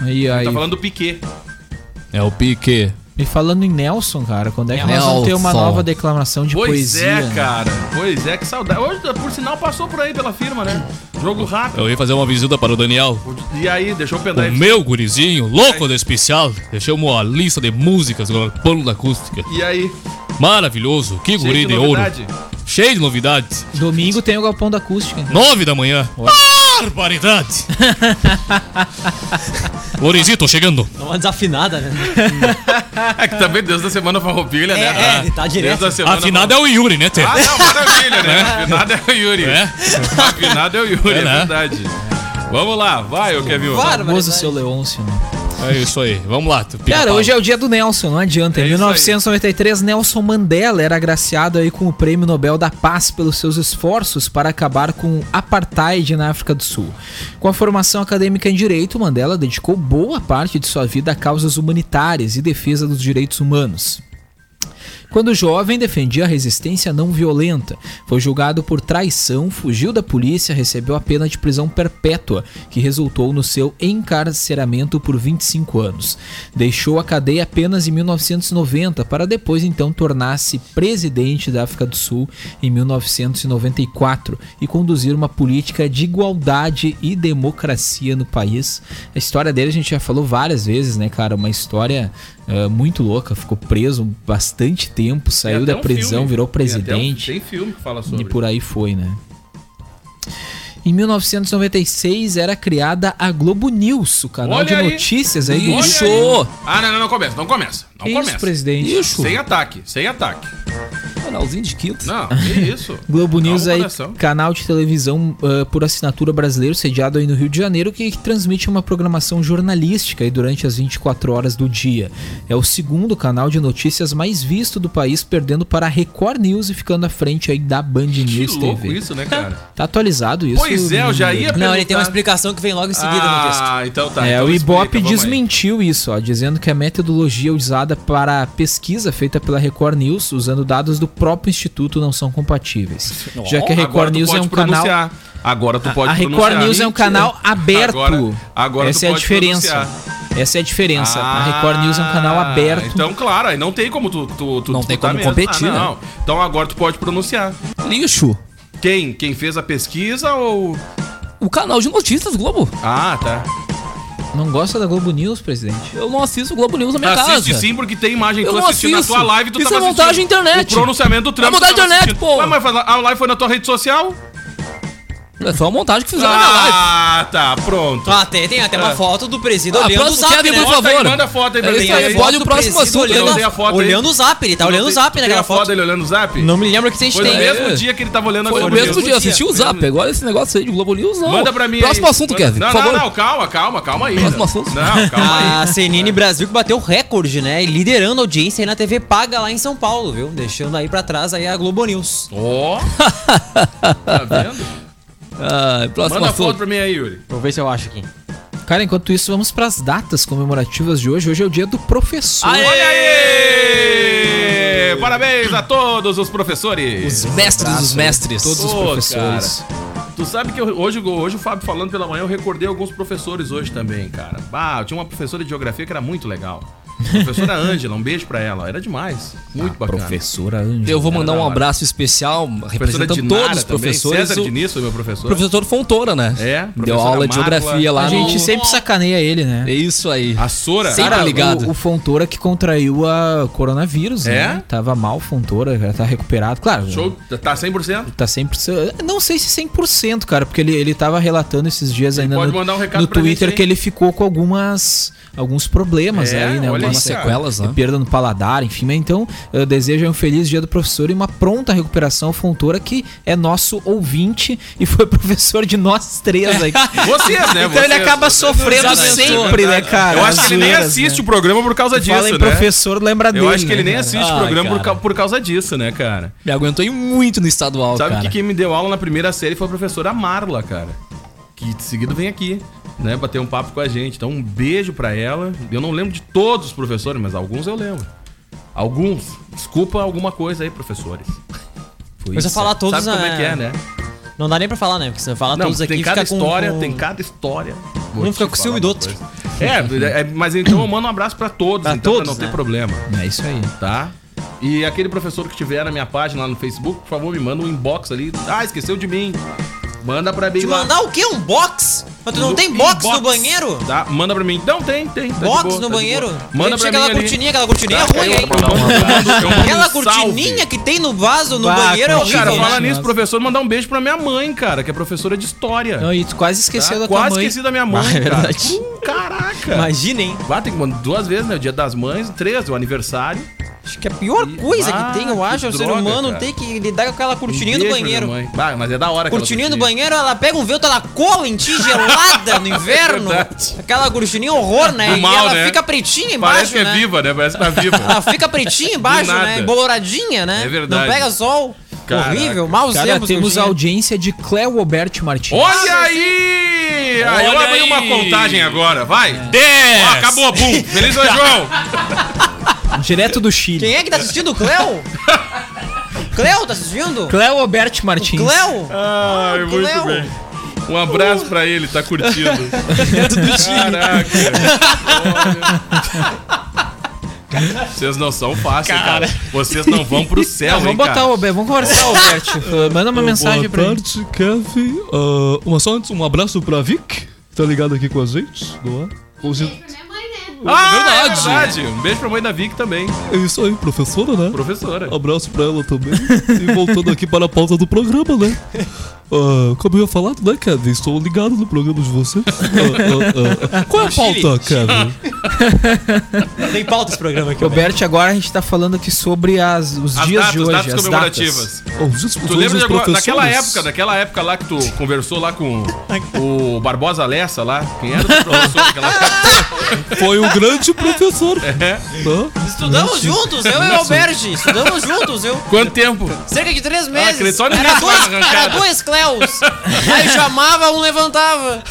Speaker 9: Aí, aí,
Speaker 6: Tá falando do Piquet.
Speaker 8: É o Piquet.
Speaker 9: E falando em Nelson, cara, quando é que nós
Speaker 8: Nelson.
Speaker 9: vamos ter uma nova declamação de
Speaker 6: Pois
Speaker 9: poesia?
Speaker 6: é, cara. Pois é, que saudade. Hoje, por sinal, passou por aí pela firma, né? Jogo rápido.
Speaker 8: Eu ia fazer uma visita para o Daniel.
Speaker 6: E aí, deixou o
Speaker 8: O
Speaker 6: pendrive.
Speaker 8: meu gurizinho, louco do especial, deixou uma lista de músicas no pano da acústica.
Speaker 6: E aí?
Speaker 8: Maravilhoso, que
Speaker 6: Cheio
Speaker 8: guri de, ouro.
Speaker 6: novidade.
Speaker 8: Cheio de novidades.
Speaker 9: Domingo tem o Galpão da Acústica.
Speaker 8: Nove da manhã. Barbaridade! Lorenzinho, tô chegando.
Speaker 7: Dá uma desafinada, né?
Speaker 6: É que também Deus da Semana Farroupilha, né?
Speaker 7: É, é, ele tá
Speaker 6: Deus
Speaker 7: direto.
Speaker 6: da Semana
Speaker 8: Afinado é o Yuri, né, Tê?
Speaker 6: Ah, não, maravilha, né? Afinado é o Yuri.
Speaker 8: É?
Speaker 6: Afinado é o Yuri, é,
Speaker 8: É, né?
Speaker 6: verdade. Vamos lá, vai, ô Kevin.
Speaker 7: Claro,
Speaker 9: Famoso
Speaker 7: mas-
Speaker 9: seu Leôncio. né?
Speaker 8: É isso aí, vamos lá. tu pica
Speaker 9: Cara,
Speaker 8: pau.
Speaker 9: hoje é o dia do Nelson, não adianta.
Speaker 6: É
Speaker 9: Em
Speaker 6: isso aí.
Speaker 9: 1993, Nelson Mandela era agraciado aí com o Prêmio Nobel da Paz pelos seus esforços para acabar com o apartheid na África do Sul. Com a formação acadêmica em direito, Mandela dedicou boa parte de sua vida a causas humanitárias e defesa dos direitos humanos. Quando jovem, defendia a resistência não violenta. Foi julgado por traição, fugiu da polícia, recebeu a pena de prisão perpétua, que resultou no seu encarceramento por 25 anos. Deixou a cadeia apenas em 1990, para depois então tornar-se presidente da África do Sul em 1994 e conduzir uma política de igualdade e democracia no país. A história dele a gente já falou várias vezes, né, cara? Uma história eh, muito louca. Ficou preso bastante tempo, saiu
Speaker 6: um
Speaker 9: da prisão, virou presidente.
Speaker 6: Tem, filme que fala sobre.
Speaker 9: E por aí foi, né? Em 1996 era criada a Globo News, o canal
Speaker 6: Olha
Speaker 9: de
Speaker 6: aí.
Speaker 9: notícias aí do
Speaker 6: Olha
Speaker 9: Sul.
Speaker 8: Show.
Speaker 6: aí. Ah, não, não, não começa, não começa. Não
Speaker 9: Que isso,
Speaker 6: começa.
Speaker 9: presidente?
Speaker 6: Isso. Sem ataque, sem ataque.
Speaker 8: Canalzinho de quinta.
Speaker 6: Não, que isso.
Speaker 9: Globo
Speaker 6: Calma,
Speaker 9: News aí,
Speaker 6: coração.
Speaker 9: canal de televisão ah, por assinatura brasileiro, sediado aí no Rio de Janeiro, que transmite uma programação jornalística aí durante as 24 horas do dia. É o segundo canal de notícias mais visto do país, perdendo para a Record News e ficando à frente aí da Band
Speaker 6: Que
Speaker 9: News
Speaker 6: louco
Speaker 9: TV.
Speaker 6: isso, né, cara?
Speaker 9: Tá atualizado isso?
Speaker 6: Pois é, eu já ia
Speaker 7: Não, ele
Speaker 6: perguntar.
Speaker 7: tem uma explicação que vem logo em seguida no texto.
Speaker 6: Ah, então tá.
Speaker 9: é,
Speaker 6: então
Speaker 9: o Ibope
Speaker 6: explica, vamos aí.
Speaker 9: desmentiu isso, ó, dizendo que a metodologia usada para a pesquisa feita pela Record News, usando dados do próprio instituto, não são compatíveis. Já que a
Speaker 6: Agora
Speaker 9: Record
Speaker 6: tu
Speaker 9: News é
Speaker 6: pode
Speaker 9: um canal
Speaker 6: pronunciar. Agora tu pode
Speaker 9: a Record
Speaker 6: pronunciar.
Speaker 9: News é um canal aberto.
Speaker 6: Agora- agora tu
Speaker 9: Essa é a
Speaker 6: pode
Speaker 9: diferença. Essa é a diferença. a Record News é um canal
Speaker 6: Ah,
Speaker 9: aberto.
Speaker 6: Então, claro, aí não tem como tu, tu, tu
Speaker 8: Não tem
Speaker 6: disputar
Speaker 8: como
Speaker 6: mesmo. Ah,
Speaker 8: competir,
Speaker 6: não,
Speaker 9: né?
Speaker 6: não. Então agora tu pode pronunciar.
Speaker 8: Lixo.
Speaker 6: Quem? Quem fez a pesquisa ou.
Speaker 8: O canal de notícias Globo.
Speaker 6: Ah, tá.
Speaker 9: Não gosta da Globo News, presidente?
Speaker 8: Eu não assisto o Globo News na minha
Speaker 6: Assiste
Speaker 8: casa.
Speaker 6: sim, porque tem imagem.
Speaker 8: Eu
Speaker 6: tu
Speaker 8: não
Speaker 6: assistiu na
Speaker 8: assisto.
Speaker 6: tua live, tu
Speaker 8: Isso
Speaker 6: tava
Speaker 8: é montagem
Speaker 6: assistindo
Speaker 8: da internet.
Speaker 6: O pronunciamento do Trump.
Speaker 8: É montagem
Speaker 6: tu tava
Speaker 8: da internet,
Speaker 6: assistindo.
Speaker 8: pô.
Speaker 6: Ah, mas a live foi na tua rede social?
Speaker 8: É só a montagem que fizeram na minha live.
Speaker 6: Ah, tá, pronto.
Speaker 7: Ah, tem, tem até uma foto do presídio
Speaker 8: Ah,
Speaker 7: olhando o
Speaker 8: próximo
Speaker 7: zap,
Speaker 8: Kevin,
Speaker 7: né?
Speaker 8: por favor.
Speaker 6: Bota aí, manda a foto aí pra
Speaker 8: É
Speaker 6: mim.
Speaker 8: isso
Speaker 7: Tem a
Speaker 8: aí,
Speaker 7: foto
Speaker 8: bode o
Speaker 7: do
Speaker 8: próximo
Speaker 7: presídio
Speaker 8: assunto. né?
Speaker 7: olhando,
Speaker 6: tem a foto aí.
Speaker 7: olhando o zap, ele tá
Speaker 6: Não
Speaker 7: olhando o
Speaker 6: tem-
Speaker 7: zap
Speaker 6: tem
Speaker 7: naquela
Speaker 6: a foto
Speaker 7: foto.
Speaker 6: dele olhando o zap?
Speaker 7: Não me lembro o que vocês
Speaker 6: Foi no
Speaker 7: têm.
Speaker 6: mesmo
Speaker 8: É.
Speaker 6: dia que ele tava olhando a
Speaker 8: Foi o
Speaker 6: Globo
Speaker 8: mesmo
Speaker 6: News.
Speaker 8: dia, assisti o zap. Agora esse negócio aí de Globo News, não.
Speaker 6: Manda pra mim
Speaker 8: Próximo
Speaker 6: aí.
Speaker 8: assunto,
Speaker 6: Manda-
Speaker 8: Kevin.
Speaker 6: Não,
Speaker 8: por
Speaker 6: não,
Speaker 8: favor.
Speaker 6: não, calma, calma, calma aí.
Speaker 8: Próximo assunto. Ah.
Speaker 6: Não, calma aí.
Speaker 7: A CNN Brasil que bateu recorde, né? E liderando a audiência aí na TV paga lá em São Paulo, viu? Deixando aí pra trás aí a Globo News.
Speaker 6: Ó. tá vendo?
Speaker 8: Ah, próximo
Speaker 6: Manda a foto
Speaker 8: assunto.
Speaker 6: pra mim aí, Yuri.
Speaker 7: Vou ver se eu acho aqui.
Speaker 9: Cara, enquanto isso, vamos para as datas comemorativas de hoje. Hoje é o dia do professor.
Speaker 6: Olha aí! Parabéns a todos os professores.
Speaker 8: Mestres dos mestres.
Speaker 9: Todos os
Speaker 6: Ô,
Speaker 9: professores.
Speaker 6: Tu sabe que eu- hoje, hoje o Fábio falando pela manhã, eu recordei alguns professores hoje também, cara. Bah, eu tinha uma professora de geografia que era muito legal. Professora Ângela, um beijo pra ela. Era demais. Muito
Speaker 9: Ah,
Speaker 6: bacana.
Speaker 9: Professora Ângela.
Speaker 8: Eu vou mandar
Speaker 6: da
Speaker 8: um
Speaker 6: hora.
Speaker 8: abraço especial,
Speaker 6: Professora
Speaker 8: representando
Speaker 6: Dinara
Speaker 8: todos os
Speaker 6: também.
Speaker 8: professores.
Speaker 6: César
Speaker 8: o
Speaker 6: Diniz foi meu professor.
Speaker 8: professor Fontoura, né?
Speaker 6: É,
Speaker 8: Deu
Speaker 6: professora
Speaker 8: aula de
Speaker 6: Marla.
Speaker 8: geografia lá
Speaker 9: A gente
Speaker 8: no...
Speaker 9: sempre sacaneia ele,
Speaker 8: É
Speaker 9: né?
Speaker 8: isso aí.
Speaker 6: A Sora.
Speaker 8: Sempre
Speaker 6: Cara,
Speaker 8: ligado.
Speaker 9: O, o Fontoura que contraiu a coronavírus,
Speaker 6: É?
Speaker 9: né? Tava mal o Fontoura, já tá recuperado. Claro,
Speaker 6: Show, tá 100%?
Speaker 9: Tá 100%. Não sei se 100%, cara, porque ele, ele tava relatando esses dias ainda
Speaker 6: pode
Speaker 9: no,
Speaker 6: mandar um recado
Speaker 9: no
Speaker 6: pra gente,
Speaker 9: Twitter
Speaker 6: hein?
Speaker 9: que ele ficou com algumas alguns problemas
Speaker 6: É,
Speaker 9: aí, né?
Speaker 6: olha
Speaker 9: Algumas
Speaker 6: aí, cara.
Speaker 9: sequelas,
Speaker 8: né?
Speaker 9: Perda no paladar, enfim. Mas então, eu desejo aí um feliz dia do professor e uma pronta recuperação ao Fontoura, que é nosso ouvinte e foi professor de nós três aqui.
Speaker 6: Vocês, né?
Speaker 9: Então ele
Speaker 6: vocês. é
Speaker 9: acaba sofrendo
Speaker 8: Exato,
Speaker 9: sempre, né, cara?
Speaker 6: Eu acho que ele nem
Speaker 9: Zoeiras,
Speaker 6: assiste
Speaker 9: né?
Speaker 6: o programa por causa disso,
Speaker 9: Fala em
Speaker 6: né?
Speaker 9: professor, lembra dele.
Speaker 6: Eu acho que ele
Speaker 9: né,
Speaker 6: nem
Speaker 9: cara?
Speaker 6: assiste o
Speaker 8: Ai,
Speaker 6: programa por,
Speaker 8: cara.
Speaker 6: ca- por causa disso, né, cara?
Speaker 8: Me aguentou aí muito no estadual,
Speaker 6: Sabe
Speaker 8: cara.
Speaker 6: que quem me deu aula na primeira série foi a professora Marla, cara. Que de seguido vem aqui, né? Bater um papo com a gente. Então, um beijo pra ela. Eu não lembro de todos os professores, mas alguns eu lembro. Alguns. Desculpa alguma coisa aí, professores.
Speaker 7: Mas eu falar todos ah,
Speaker 6: Sabe como é que é, né?
Speaker 7: Não dá nem pra falar, né? Porque se eu falar
Speaker 6: Não,
Speaker 7: todos aqui,
Speaker 6: tem cada
Speaker 7: fica com-
Speaker 6: história,
Speaker 7: com-
Speaker 6: tem cada história.
Speaker 7: Um fica com
Speaker 6: te falar
Speaker 7: ciúme do
Speaker 6: uma
Speaker 7: outro.
Speaker 6: coisa. É, é, mas então eu mando um abraço pra todos,
Speaker 7: Pra
Speaker 6: então,
Speaker 7: todos,
Speaker 6: pra não ter
Speaker 7: né?
Speaker 6: problema,
Speaker 9: É isso aí.
Speaker 6: tá? E aquele professor que tiver na minha página lá no Facebook, por favor, me manda um inbox ali. Ah, esqueceu de mim. Manda pra mim
Speaker 7: Te
Speaker 6: lá.
Speaker 7: mandar o quê? Um box? Mas tu não tem box no banheiro?
Speaker 6: Tá, manda pra mim. Não, tem, tem. tá de boa,
Speaker 7: Box
Speaker 6: tá de
Speaker 7: no
Speaker 6: boa.
Speaker 7: banheiro?
Speaker 6: Manda pra
Speaker 7: Tinha
Speaker 6: mim
Speaker 7: aquela
Speaker 6: ali.
Speaker 7: cortininha, aquela cortininha é
Speaker 6: Tá,
Speaker 7: ruim,
Speaker 6: eu-
Speaker 7: hein?
Speaker 6: eu mando- eu mando- eu mando
Speaker 7: Aquela
Speaker 6: um salve.
Speaker 7: cortininha que tem no vaso, no
Speaker 9: Bah,
Speaker 7: banheiro, é
Speaker 9: cara,
Speaker 6: Ô,
Speaker 7: horrível.
Speaker 6: Cara,
Speaker 7: né?
Speaker 6: fala nisso, professor, mandar um beijo pra minha mãe, cara, que é professora de história.
Speaker 9: Não, e tu quase esqueceu
Speaker 6: Tá?
Speaker 9: da tua
Speaker 6: Quase
Speaker 9: mãe.
Speaker 6: esqueci da minha mãe,
Speaker 9: Ah, é
Speaker 6: cara.
Speaker 9: verdade.
Speaker 6: Hum, caraca.
Speaker 7: Imagina, hein?
Speaker 6: Vá, tem que mandar duas vezes, né? O dia das mães, três, o aniversário.
Speaker 7: Acho que é a pior coisa
Speaker 6: Ah,
Speaker 7: que tem, eu acho, é o
Speaker 6: que
Speaker 7: ser
Speaker 6: droga,
Speaker 7: humano
Speaker 6: cara.
Speaker 7: ter que lidar com aquela cortininha
Speaker 6: Um
Speaker 7: do
Speaker 6: beijo pra
Speaker 7: banheiro.
Speaker 6: minha mãe. Ah, mas é da hora aquela
Speaker 7: Cortininha do banheiro, ela pega um vento, ela cola em ti gelada no inverno.
Speaker 6: É verdade.
Speaker 7: aquela cortininha horror, né?
Speaker 6: Do
Speaker 7: e
Speaker 6: mal,
Speaker 7: ela
Speaker 6: né?
Speaker 7: fica pretinha
Speaker 6: Parece
Speaker 7: embaixo,
Speaker 6: que é
Speaker 7: né?
Speaker 6: viva, né? Parece que tá
Speaker 7: Ela
Speaker 6: viva.
Speaker 7: Ah, fica pretinha embaixo,
Speaker 6: nada.
Speaker 7: né? Boloradinha, né?
Speaker 6: É verdade.
Speaker 7: Não pega sol.
Speaker 6: Caraca.
Speaker 7: Horrível, mal
Speaker 9: Cara, temos
Speaker 7: cortininha.
Speaker 9: audiência de Cléo Alberto Martins.
Speaker 6: um Olha aí! Ah, eu
Speaker 8: Olha
Speaker 6: abri
Speaker 8: aí!
Speaker 6: uma contagem agora, vai! Ó, acabou, bum! Feliz São João!
Speaker 9: Direto do Chile.
Speaker 7: Quem é que tá assistindo? O Cleo? Cleo, tá assistindo?
Speaker 9: Cléo Alberto Martins.
Speaker 7: Cleo?
Speaker 9: Ah,
Speaker 6: Ai, muito
Speaker 7: Cleo.
Speaker 6: bem. Um abraço pra ele, tá curtindo. Caraca. Olha. Vocês não são fáceis, cara. Vocês não vão pro céu,
Speaker 9: Não, vamos
Speaker 6: hein,
Speaker 9: botar
Speaker 6: cara.
Speaker 9: o É Alberto, vamos conversar, Alberto. Manda uma mensagem pra
Speaker 2: Boa
Speaker 9: ele.
Speaker 2: tarde, Kevin. Ah, uma só antes, um abraço pra Vic. Tá ligado aqui com a gente, não é? Com gente-
Speaker 6: Ah, é
Speaker 8: Verdade.
Speaker 6: verdade. Um beijo pra mãe da Vic também,
Speaker 2: É isso aí, professora, né?
Speaker 6: professora.
Speaker 2: Abraço pra ela também. E voltando aqui para a pauta do programa, né? Ah, como eu ia falado, né, Kevin? Estou ligado no programa de vocês. Ah, ah, ah. Qual é a pauta, Kevin?
Speaker 7: Tem pauta esse programa aqui. né?
Speaker 9: Alberto, agora a gente tá falando aqui sobre as, os
Speaker 6: As
Speaker 9: dias
Speaker 6: datas,
Speaker 9: de hoje,
Speaker 6: datas
Speaker 9: as
Speaker 6: comemorativas.
Speaker 9: datas.
Speaker 2: Oh, os,
Speaker 6: Tu
Speaker 2: os
Speaker 6: lembra de alguma,
Speaker 2: professores.
Speaker 6: daquela época, daquela época lá que tu conversou lá com o Barbosa Lessa lá? Quem era o teu professor daquela época?
Speaker 2: Foi um grande professor.
Speaker 6: É.
Speaker 2: Hã?
Speaker 7: Estudamos juntos, eu e o Alberti. Estudamos juntos, eu.
Speaker 6: Quanto tempo?
Speaker 7: Cerca de três
Speaker 6: aquele
Speaker 7: meses.
Speaker 6: Ah, só no
Speaker 7: era,
Speaker 6: início
Speaker 7: dois,
Speaker 6: da arrancada.
Speaker 7: era dois Cleos. Aí chamava, um levantava.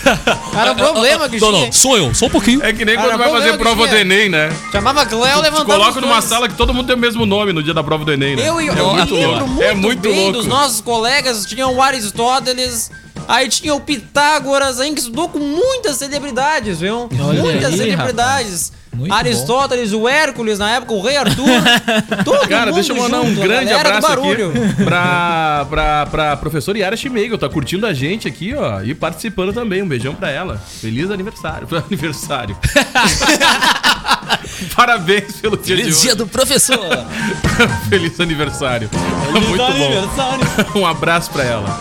Speaker 7: Era o problema que
Speaker 2: Não,
Speaker 7: tinha.
Speaker 2: não, sou eu, só um pouquinho.
Speaker 6: É que nem
Speaker 7: Cara,
Speaker 6: quando vai
Speaker 7: bom
Speaker 6: fazer
Speaker 7: mesmo
Speaker 6: prova
Speaker 7: que
Speaker 6: do
Speaker 7: tinha.
Speaker 6: Enem, né?
Speaker 7: Chamava Cleo,
Speaker 6: Te
Speaker 7: levantava.
Speaker 6: coloca
Speaker 7: os
Speaker 6: numa
Speaker 7: dois.
Speaker 6: sala que todo mundo tem o mesmo nome no dia da prova do Enem, né?
Speaker 7: Eu, e
Speaker 6: é
Speaker 7: eu
Speaker 6: muito
Speaker 7: lembro
Speaker 6: louco.
Speaker 7: muito,
Speaker 6: é muito
Speaker 7: bem
Speaker 6: louco.
Speaker 7: dos nossos colegas, tinha o Aristóteles, aí tinha o Pitágoras, aí que estudou com muitas celebridades, viu?
Speaker 9: Olha
Speaker 7: muitas
Speaker 9: aí,
Speaker 7: celebridades.
Speaker 9: Muito
Speaker 7: Aristóteles, o Hércules, na época o Rei Arthur. todo
Speaker 6: Cara,
Speaker 7: mundo
Speaker 6: deixa eu mandar um
Speaker 7: junto, a
Speaker 6: grande
Speaker 7: galera do
Speaker 6: abraço
Speaker 7: barulho.
Speaker 6: aqui pra, pra, pra professora Yara Schmeigel, tá curtindo a gente aqui, ó, e participando também. Um beijão pra ela. Feliz aniversário. Aniversário. Parabéns pelo dia de
Speaker 8: Feliz
Speaker 6: hoje.
Speaker 8: dia do professor.
Speaker 6: Feliz aniversário. Muito bom. Um abraço pra ela.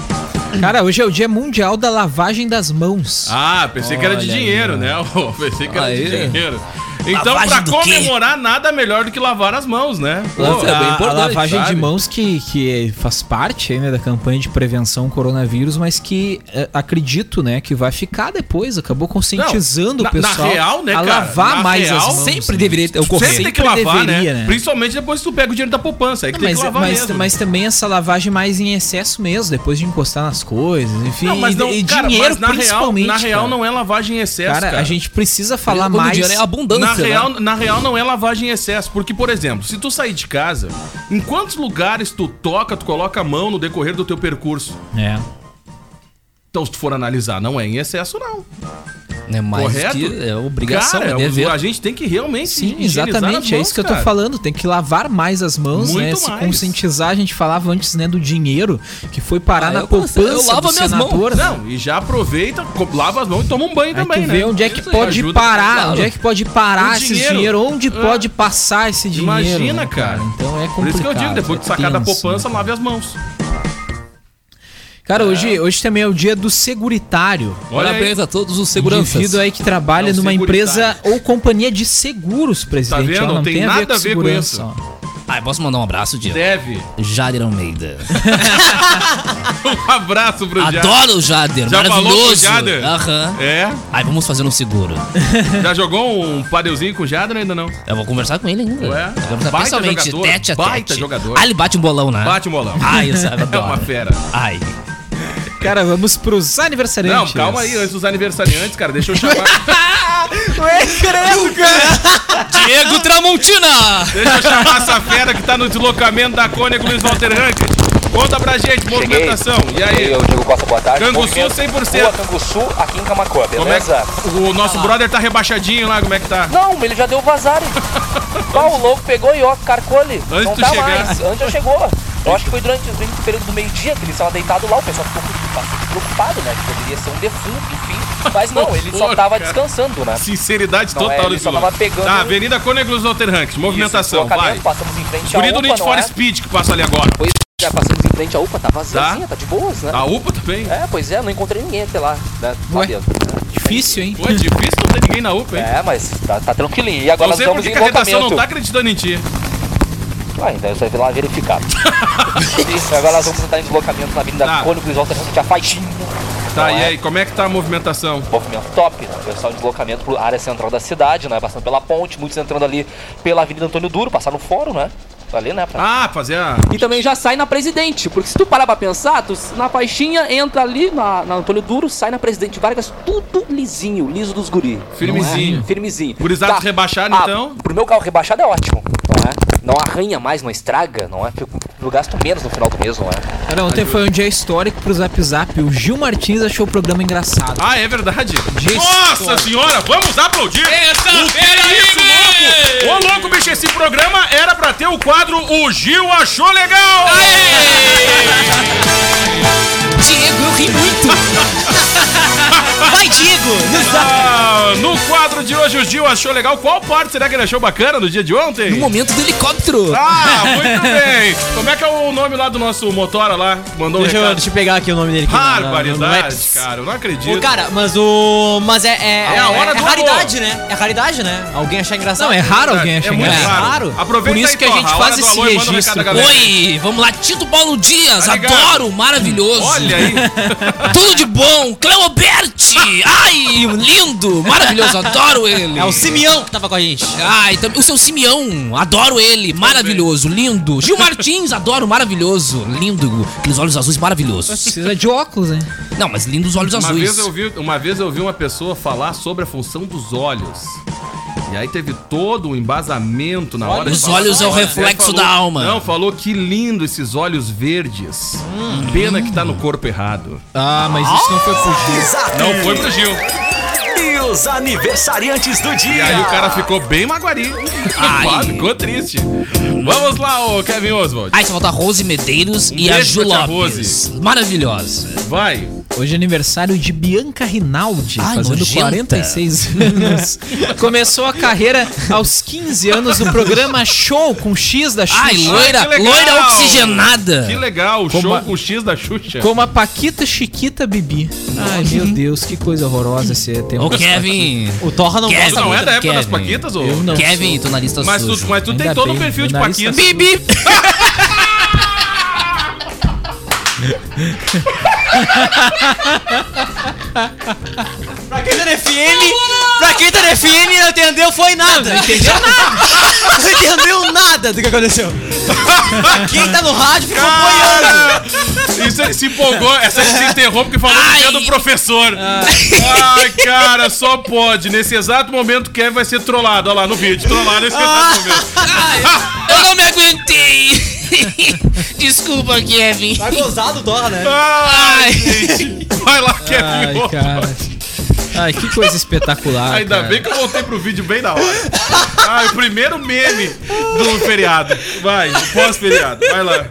Speaker 9: Cara, hoje é o dia mundial da lavagem das mãos.
Speaker 6: Ah, pensei que era de
Speaker 9: Olha aí,
Speaker 6: dinheiro, né? pensei que era de
Speaker 8: Aí.
Speaker 6: dinheiro. Então,
Speaker 8: Lavagem
Speaker 6: pra
Speaker 8: do quê?
Speaker 6: comemorar, nada melhor do que lavar as mãos, né?
Speaker 8: Nossa, é bem
Speaker 9: a, a
Speaker 8: importante,
Speaker 9: lavagem
Speaker 6: sabe?
Speaker 9: de mãos que, que faz parte aí, né, da campanha de prevenção ao coronavírus, mas que eh, acredito né, que vai ficar depois. Acabou conscientizando
Speaker 6: na- na
Speaker 9: o pessoal
Speaker 6: real, né,
Speaker 9: a
Speaker 6: cara?
Speaker 9: lavar
Speaker 6: Na
Speaker 9: mais
Speaker 6: real,
Speaker 9: as mãos.
Speaker 8: Sempre
Speaker 9: né?
Speaker 8: deveria ter ocorrido.
Speaker 6: Sempre tem que
Speaker 9: Sempre
Speaker 6: lavar,
Speaker 9: deveria,
Speaker 6: né?
Speaker 9: né?
Speaker 6: Principalmente depois que tu pega o dinheiro da poupança. Aí que tem
Speaker 9: Mas,
Speaker 6: que lavar
Speaker 9: mas,
Speaker 6: mesmo.
Speaker 9: mas também essa lavagem mais em excesso mesmo, depois de encostar nas coisas, enfim.
Speaker 6: não, mas
Speaker 9: e-
Speaker 6: não,
Speaker 9: e
Speaker 6: cara,
Speaker 9: dinheiro
Speaker 6: mas na real,
Speaker 9: principalmente.
Speaker 6: na real
Speaker 9: cara.
Speaker 6: não é lavagem em excesso, cara.
Speaker 9: Cara, a gente precisa falar
Speaker 8: Quando o
Speaker 9: mais.
Speaker 8: dinheiro é abundância,
Speaker 6: Na
Speaker 8: né?
Speaker 6: real, na real, não é lavagem em excesso. Porque, por exemplo, se tu sair de casa, em quantos lugares tu toca, tu coloca a mão no decorrer do teu percurso?
Speaker 9: É.
Speaker 6: Então, se tu for analisar, não é em excesso, não.
Speaker 8: É mais
Speaker 6: Correto?
Speaker 8: que é obrigação,
Speaker 6: Cara,
Speaker 8: é
Speaker 6: o-
Speaker 9: né?
Speaker 8: dever.
Speaker 6: a gente tem que realmente
Speaker 9: Sim,
Speaker 6: higienizar as
Speaker 9: exatamente, é
Speaker 6: mãos,
Speaker 9: isso que eu
Speaker 6: cara.
Speaker 9: tô falando. Tem que lavar mais as mãos,
Speaker 6: Muito
Speaker 9: né? Se
Speaker 6: mais.
Speaker 9: conscientizar, a gente falava antes, né, do dinheiro que foi parar
Speaker 8: Ah,
Speaker 9: na
Speaker 8: eu
Speaker 9: poupança
Speaker 8: consigo- eu lavo
Speaker 9: do
Speaker 8: minhas mãos.
Speaker 9: senador, né?
Speaker 6: Não, e já aproveita, co- lava as mãos e toma um banho
Speaker 9: Aí
Speaker 6: também,
Speaker 9: tu
Speaker 6: né?
Speaker 9: vê onde é que
Speaker 6: Isso aí
Speaker 9: pode
Speaker 6: ajuda,
Speaker 9: parar,
Speaker 6: claro.
Speaker 9: onde é que pode parar
Speaker 6: O
Speaker 9: esse
Speaker 6: dinheiro.
Speaker 9: dinheiro, onde
Speaker 6: É.
Speaker 9: pode passar esse dinheiro.
Speaker 6: Imagina,
Speaker 9: né,
Speaker 6: cara.
Speaker 9: Então é complicado.
Speaker 6: Por isso que eu digo, depois
Speaker 9: é
Speaker 6: de sacar da
Speaker 9: tenso,
Speaker 6: poupança,
Speaker 9: né?
Speaker 6: lave as mãos.
Speaker 9: Cara, hoje, hoje também é o dia do seguritário.
Speaker 6: Olha aí.
Speaker 8: Parabéns a todos os
Speaker 9: Segurança.
Speaker 8: seguranças.
Speaker 9: aí que trabalha
Speaker 6: É um
Speaker 9: numa
Speaker 6: seguritário. Tá
Speaker 9: empresa ou companhia de seguros, presidente.
Speaker 6: vendo?
Speaker 9: ó,
Speaker 6: Não tem nada a ver com
Speaker 9: segurança,
Speaker 6: isso.
Speaker 9: ó.
Speaker 8: Ah, posso mandar um abraço, Diego?
Speaker 6: Deve.
Speaker 8: Jader Almeida.
Speaker 6: Um abraço pro Jader.
Speaker 8: Adoro o Jader,
Speaker 6: Já falou
Speaker 8: maravilhoso.
Speaker 6: com o Jader?
Speaker 8: Aham.
Speaker 6: É?
Speaker 8: Aí vamos fazer um seguro.
Speaker 6: Já jogou um padeuzinho com o Jader ou ainda não?
Speaker 8: Eu vou conversar com ele ainda.
Speaker 6: Ué?
Speaker 8: Eu vou conversar
Speaker 6: Baita
Speaker 8: pessoalmente,
Speaker 6: jogador,
Speaker 8: tete a tete.
Speaker 6: baita jogador.
Speaker 8: Ah, ele bate um bolão, né?
Speaker 6: Bate o molão.
Speaker 9: Ah,
Speaker 8: Ai, eu sabe,
Speaker 6: É
Speaker 8: adoro.
Speaker 6: uma fera.
Speaker 8: Ai.
Speaker 9: Cara, vamos pros aniversariantes.
Speaker 6: Não, calma aí, antes dos aniversariantes, cara, deixa eu chamar.
Speaker 9: Ué, credo, cara.
Speaker 6: né?
Speaker 8: Diego Tramontina!
Speaker 6: deixa eu chamar essa fera que tá no deslocamento da Cônia com o Luiz Walter Rankin. Conta pra gente, movimentação. E aí?
Speaker 10: Eu digo Costa, boa tarde.
Speaker 6: Canguçu
Speaker 10: Movimento
Speaker 6: 100%.
Speaker 10: Rua Canguçu, aqui em Camacuã,
Speaker 6: Como é que,
Speaker 10: beleza?
Speaker 6: o nosso brother tá rebaixadinho lá, como é que tá?
Speaker 10: Não, ele já deu vazar. hein? Pá, o louco pegou e ó, carcou ele.
Speaker 6: Antes
Speaker 10: não
Speaker 6: de
Speaker 10: tá
Speaker 6: chegar.
Speaker 10: mais. Antes já chegou. Eu acho que foi durante, durante o período do meio-dia que ele estava deitado lá. O pessoal ficou bastante preocupado, né? Que poderia ser um defunto, enfim. Mas não, ele só
Speaker 6: Porra,
Speaker 10: tava
Speaker 6: cara.
Speaker 10: descansando, né?
Speaker 6: Sinceridade
Speaker 10: Não, é,
Speaker 6: total
Speaker 10: ele
Speaker 6: desse
Speaker 10: só
Speaker 6: louco.
Speaker 10: tava pegando-
Speaker 6: Tá, Avenida Cônia com o Luiz Walter Rankin, movimentação,
Speaker 10: Isso, deslocamento,
Speaker 6: vai.
Speaker 10: Passamos em frente à
Speaker 6: Bonito
Speaker 10: UPA,
Speaker 6: Need
Speaker 10: não
Speaker 6: for
Speaker 10: é?
Speaker 6: Speed que passa ali agora.
Speaker 10: Pois é, passamos em frente à UPA, tá vaziazinha, tá de boas, né?
Speaker 6: A UPA também.
Speaker 10: É, pois é, não encontrei ninguém até lá, né? Lá
Speaker 9: Ué.
Speaker 10: dentro, né?
Speaker 9: Difícil, hein?
Speaker 6: Pô, é difícil não ter ninguém na UPA, hein?
Speaker 10: É, mas tá, tá tranquilinho. E agora
Speaker 6: Não
Speaker 10: nós
Speaker 6: sei por
Speaker 10: estamos
Speaker 6: que
Speaker 10: em
Speaker 6: que a redação não
Speaker 10: locamento.
Speaker 6: tá acreditando em ti.
Speaker 10: Ah, então eu só vou lá verificar. Isso, agora nós vamos entrar em deslocamento na Avenida
Speaker 6: Tá.
Speaker 10: tá. Cônico e volta a faixinha.
Speaker 6: Tá,
Speaker 10: Não
Speaker 6: e
Speaker 10: é? um
Speaker 6: aí, como é que tá a movimentação?
Speaker 10: Movimento top, né? Pessoal em deslocamento para área central da cidade, né? Passando pela ponte, muitos entrando ali pela Avenida Antônio Duro, passar no fórum, né? Ali, né? pra-
Speaker 6: Ah, fazer a.
Speaker 10: E também já sai na Presidente, porque se tu parar pra pensar, tu na faixinha, entra ali na, na Antônio Duro, sai na Presidente Vargas, tudo lisinho, liso dos guri.
Speaker 6: Firmezinho.
Speaker 10: Não é? Firmezinho. Ah,
Speaker 6: Gurizados rebaixados, então?
Speaker 10: Pro meu carro rebaixado é ótimo, não é? Não arranha mais, não estraga, não é? Fico- Eu gasto menos no final do mês, não é?
Speaker 9: Cara, ontem foi um dia histórico pro Zap Zap. O Gil Martins achou o programa engraçado.
Speaker 6: Ah, é verdade.
Speaker 9: Diz-
Speaker 6: Nossa senhora, vamos aplaudir.
Speaker 8: Essa
Speaker 6: o que
Speaker 8: fera
Speaker 6: é
Speaker 8: aí,
Speaker 6: isso, louco? Ô, louco, bicho, esse programa era pra ter o quadro O Gil Achou Legal.
Speaker 8: Diego, eu ri muito. Vai, Diego!
Speaker 6: Ah, no quadro de hoje, o Gil achou legal. Qual parte será que ele achou bacana no dia de ontem?
Speaker 8: No momento do helicóptero.
Speaker 6: Ah, muito bem. Como é que é o nome lá do nosso motora lá? Mandou um
Speaker 7: Deixa eu,
Speaker 6: recado.
Speaker 7: deixa eu pegar aqui o nome dele. aqui na- na- no
Speaker 6: Barbaridade,
Speaker 7: Maps.
Speaker 6: cara. Eu não acredito.
Speaker 7: é Ô, cara, mas o. Mas é. É,
Speaker 6: É a hora
Speaker 7: é
Speaker 6: do
Speaker 7: raridade, né? É raridade, né? Alguém achar engraçado.
Speaker 9: Não, é raro
Speaker 6: Verdade,
Speaker 9: alguém achar
Speaker 6: é muito
Speaker 9: engraçado.
Speaker 6: raro.
Speaker 7: raro.
Speaker 6: Aproveita
Speaker 9: Por isso
Speaker 6: aí,
Speaker 9: que a
Speaker 6: Torra,
Speaker 9: gente
Speaker 6: hora
Speaker 9: faz
Speaker 6: do
Speaker 9: esse
Speaker 6: alô e manda um
Speaker 9: registro.
Speaker 6: recado, galera.
Speaker 8: Oi, vamos lá, Tito Paulo Dias,
Speaker 6: Tá ligado.
Speaker 8: adoro, maravilhoso.
Speaker 6: Olha aí.
Speaker 8: Tudo de bom, Cleoberti, ai, lindo, maravilhoso, adoro ele.
Speaker 7: É o Simeão que tava com a gente.
Speaker 8: Ai, também, o seu Simeão, adoro ele, maravilhoso, lindo. Gil Martins, adoro, maravilhoso, lindo, aqueles olhos azuis maravilhosos.
Speaker 9: Precisa de óculos, né? hein?
Speaker 8: Não, mas lindos olhos
Speaker 6: Uma
Speaker 8: azuis.
Speaker 6: vez, eu vi, uma vez eu vi uma pessoa falar sobre a função dos olhos. E aí teve todo um embasamento na hora de
Speaker 8: Os
Speaker 6: falar.
Speaker 8: olhos é o
Speaker 6: Olha,
Speaker 8: reflexo
Speaker 6: falou-
Speaker 8: da alma.
Speaker 6: Não, falou que lindo esses olhos verdes. Pena que tá no corpo errado.
Speaker 9: Ah, mas isso não foi pro Gil.
Speaker 1: Exato.
Speaker 6: Não foi pro Gil.
Speaker 1: E os aniversariantes do
Speaker 6: E
Speaker 1: dia.
Speaker 6: aí o cara ficou bem maguari.
Speaker 8: Ai.
Speaker 6: Quase ficou triste. Vamos lá, ô Kevin
Speaker 7: Ah,
Speaker 6: Oswald.
Speaker 7: então
Speaker 8: Ai, só falta a Rose Medeiros e a
Speaker 6: Um beijo
Speaker 8: Ju
Speaker 6: pra tia
Speaker 8: Lopes. Maravilhosa.
Speaker 6: Vai.
Speaker 9: Hoje é aniversário de Bianca Rinaldi,
Speaker 8: Ai,
Speaker 9: fazendo
Speaker 8: Ah, nojenta.
Speaker 9: 46 anos. Começou a carreira aos 15 anos no programa Show com X da Xuxa.
Speaker 8: Ai,
Speaker 6: que
Speaker 8: loira,
Speaker 6: legal.
Speaker 8: loira oxigenada.
Speaker 6: Que legal, o
Speaker 9: Como
Speaker 6: show
Speaker 9: a-
Speaker 6: com o X da Xuxa.
Speaker 9: Como a Paquita Chiquita Bibi. Ai, meu Deus, que coisa horrorosa esse tempo.
Speaker 8: Ô, Kevin.
Speaker 7: O Torra não
Speaker 8: Kevin.
Speaker 6: Essa não é da época
Speaker 8: Kevin.
Speaker 6: das Paquitas, ô?
Speaker 9: Eu não
Speaker 8: Kevin, tô na lista
Speaker 6: Mas tu,
Speaker 8: sujo.
Speaker 6: mas tu tem
Speaker 9: Ainda
Speaker 6: todo o
Speaker 9: bem,
Speaker 6: perfil de
Speaker 9: meu nariz tá
Speaker 6: Paquita.
Speaker 9: sujo.
Speaker 8: Bibi.
Speaker 7: Pra quem tá na FM, pra quem tá na FM não entendeu foi nada. Não entendeu nada. Não entendeu nada do que aconteceu. pra quem tá no rádio ficou apoiando.
Speaker 6: Ah, Isso ele se empolgou, essa ele se interrompe porque falou que
Speaker 8: Ai.
Speaker 6: é do professor. Ai, cara, só pode. Nesse exato momento, o Kevin vai ser trollado. Olha lá no vídeo, trollado nesse exato momento.
Speaker 8: Ai, eu não me aguentei. Desculpa, Kevin.
Speaker 7: Tá gozado o Torra, né?
Speaker 6: Ai,
Speaker 8: Ai.
Speaker 6: gente. Vai lá, Kevin.
Speaker 9: Ai, cara. Ai, que coisa espetacular.
Speaker 6: Ainda
Speaker 9: cara.
Speaker 6: bem que eu voltei pro vídeo bem na hora. Ah, o primeiro meme do feriado. Vai, pós-feriado. Vai lá.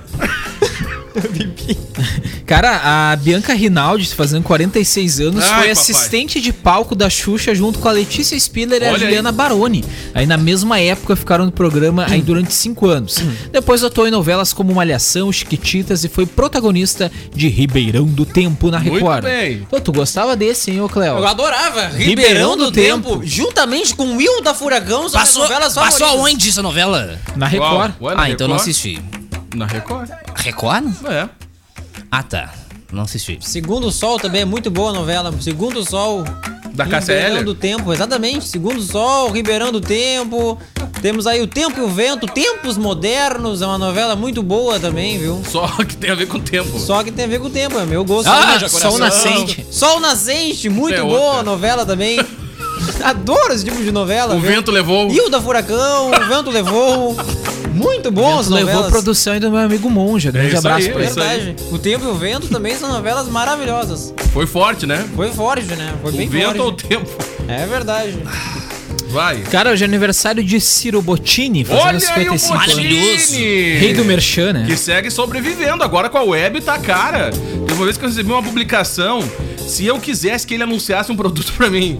Speaker 9: Cara, a Bianca Rinaldi, fazendo 46 anos,
Speaker 6: Ai,
Speaker 9: foi
Speaker 6: papai.
Speaker 9: assistente de palco da Xuxa junto com a Letícia Spiller e a
Speaker 6: Olha
Speaker 9: Juliana Baroni. Aí na mesma época ficaram no programa aí durante 5 anos.
Speaker 6: Hum.
Speaker 9: Depois atuou em novelas como Malhação, Chiquititas e foi protagonista de Ribeirão do Tempo na
Speaker 6: Muito
Speaker 9: Record.
Speaker 6: bem.
Speaker 9: Pô, tu gostava desse, hein, ô Cleo?
Speaker 7: Eu adorava. Ribeirão, do, tempo, juntamente com Will da Furacão, são
Speaker 8: Passou,
Speaker 7: minhas novelas
Speaker 8: passou
Speaker 7: favoritas.
Speaker 8: aonde essa novela?
Speaker 9: Na Record.
Speaker 6: Ué, na
Speaker 8: ah, então
Speaker 6: Record?
Speaker 8: não assisti.
Speaker 6: Na Record?
Speaker 8: Record?
Speaker 6: É.
Speaker 8: Ah, tá. Não assisti.
Speaker 7: Segundo Sol também é muito boa a novela. Segundo Sol.
Speaker 6: Da Cássia
Speaker 7: Ribeirão
Speaker 6: Eller?
Speaker 7: do Tempo, exatamente. Segundo Sol, Ribeirão do Tempo. Temos aí O Tempo e o Vento, Tempos Modernos, é uma novela muito boa também, viu?
Speaker 6: Só que tem a ver com o tempo.
Speaker 7: Só que tem a ver com o tempo, é meu gosto.
Speaker 8: Ah,
Speaker 7: Sol,
Speaker 8: Sol
Speaker 7: Nascente. Sol Nascente, muito
Speaker 6: É outra.
Speaker 7: boa a novela também. Adoro esse tipo de novela.
Speaker 6: O
Speaker 7: viu?
Speaker 6: vento levou.
Speaker 7: Hilda Furacão, O Vento Levou. Muito bom as
Speaker 9: Vento levou a
Speaker 7: novelas.
Speaker 9: produção aí do meu amigo Monja. Grande
Speaker 6: isso aí,
Speaker 9: abraço
Speaker 6: é
Speaker 9: pra ele.
Speaker 6: isso aí.
Speaker 7: Verdade. O Tempo e o Vento também são novelas maravilhosas.
Speaker 6: Foi forte, né?
Speaker 7: Foi forte, né? Foi bem
Speaker 6: o vento ou o
Speaker 7: forte.
Speaker 6: tempo?
Speaker 7: É verdade.
Speaker 6: Vai.
Speaker 9: Cara, hoje é aniversário de Ciro Bottini, fazendo
Speaker 6: Olha aí o
Speaker 9: 55 anos.
Speaker 8: Maravilhoso.
Speaker 9: Rei
Speaker 6: Rei
Speaker 9: do Merchan, né?
Speaker 6: que segue sobrevivendo. Agora com a web tá cara. Teve uma vez que eu recebi uma publicação, se eu quisesse que ele anunciasse um produto pra mim.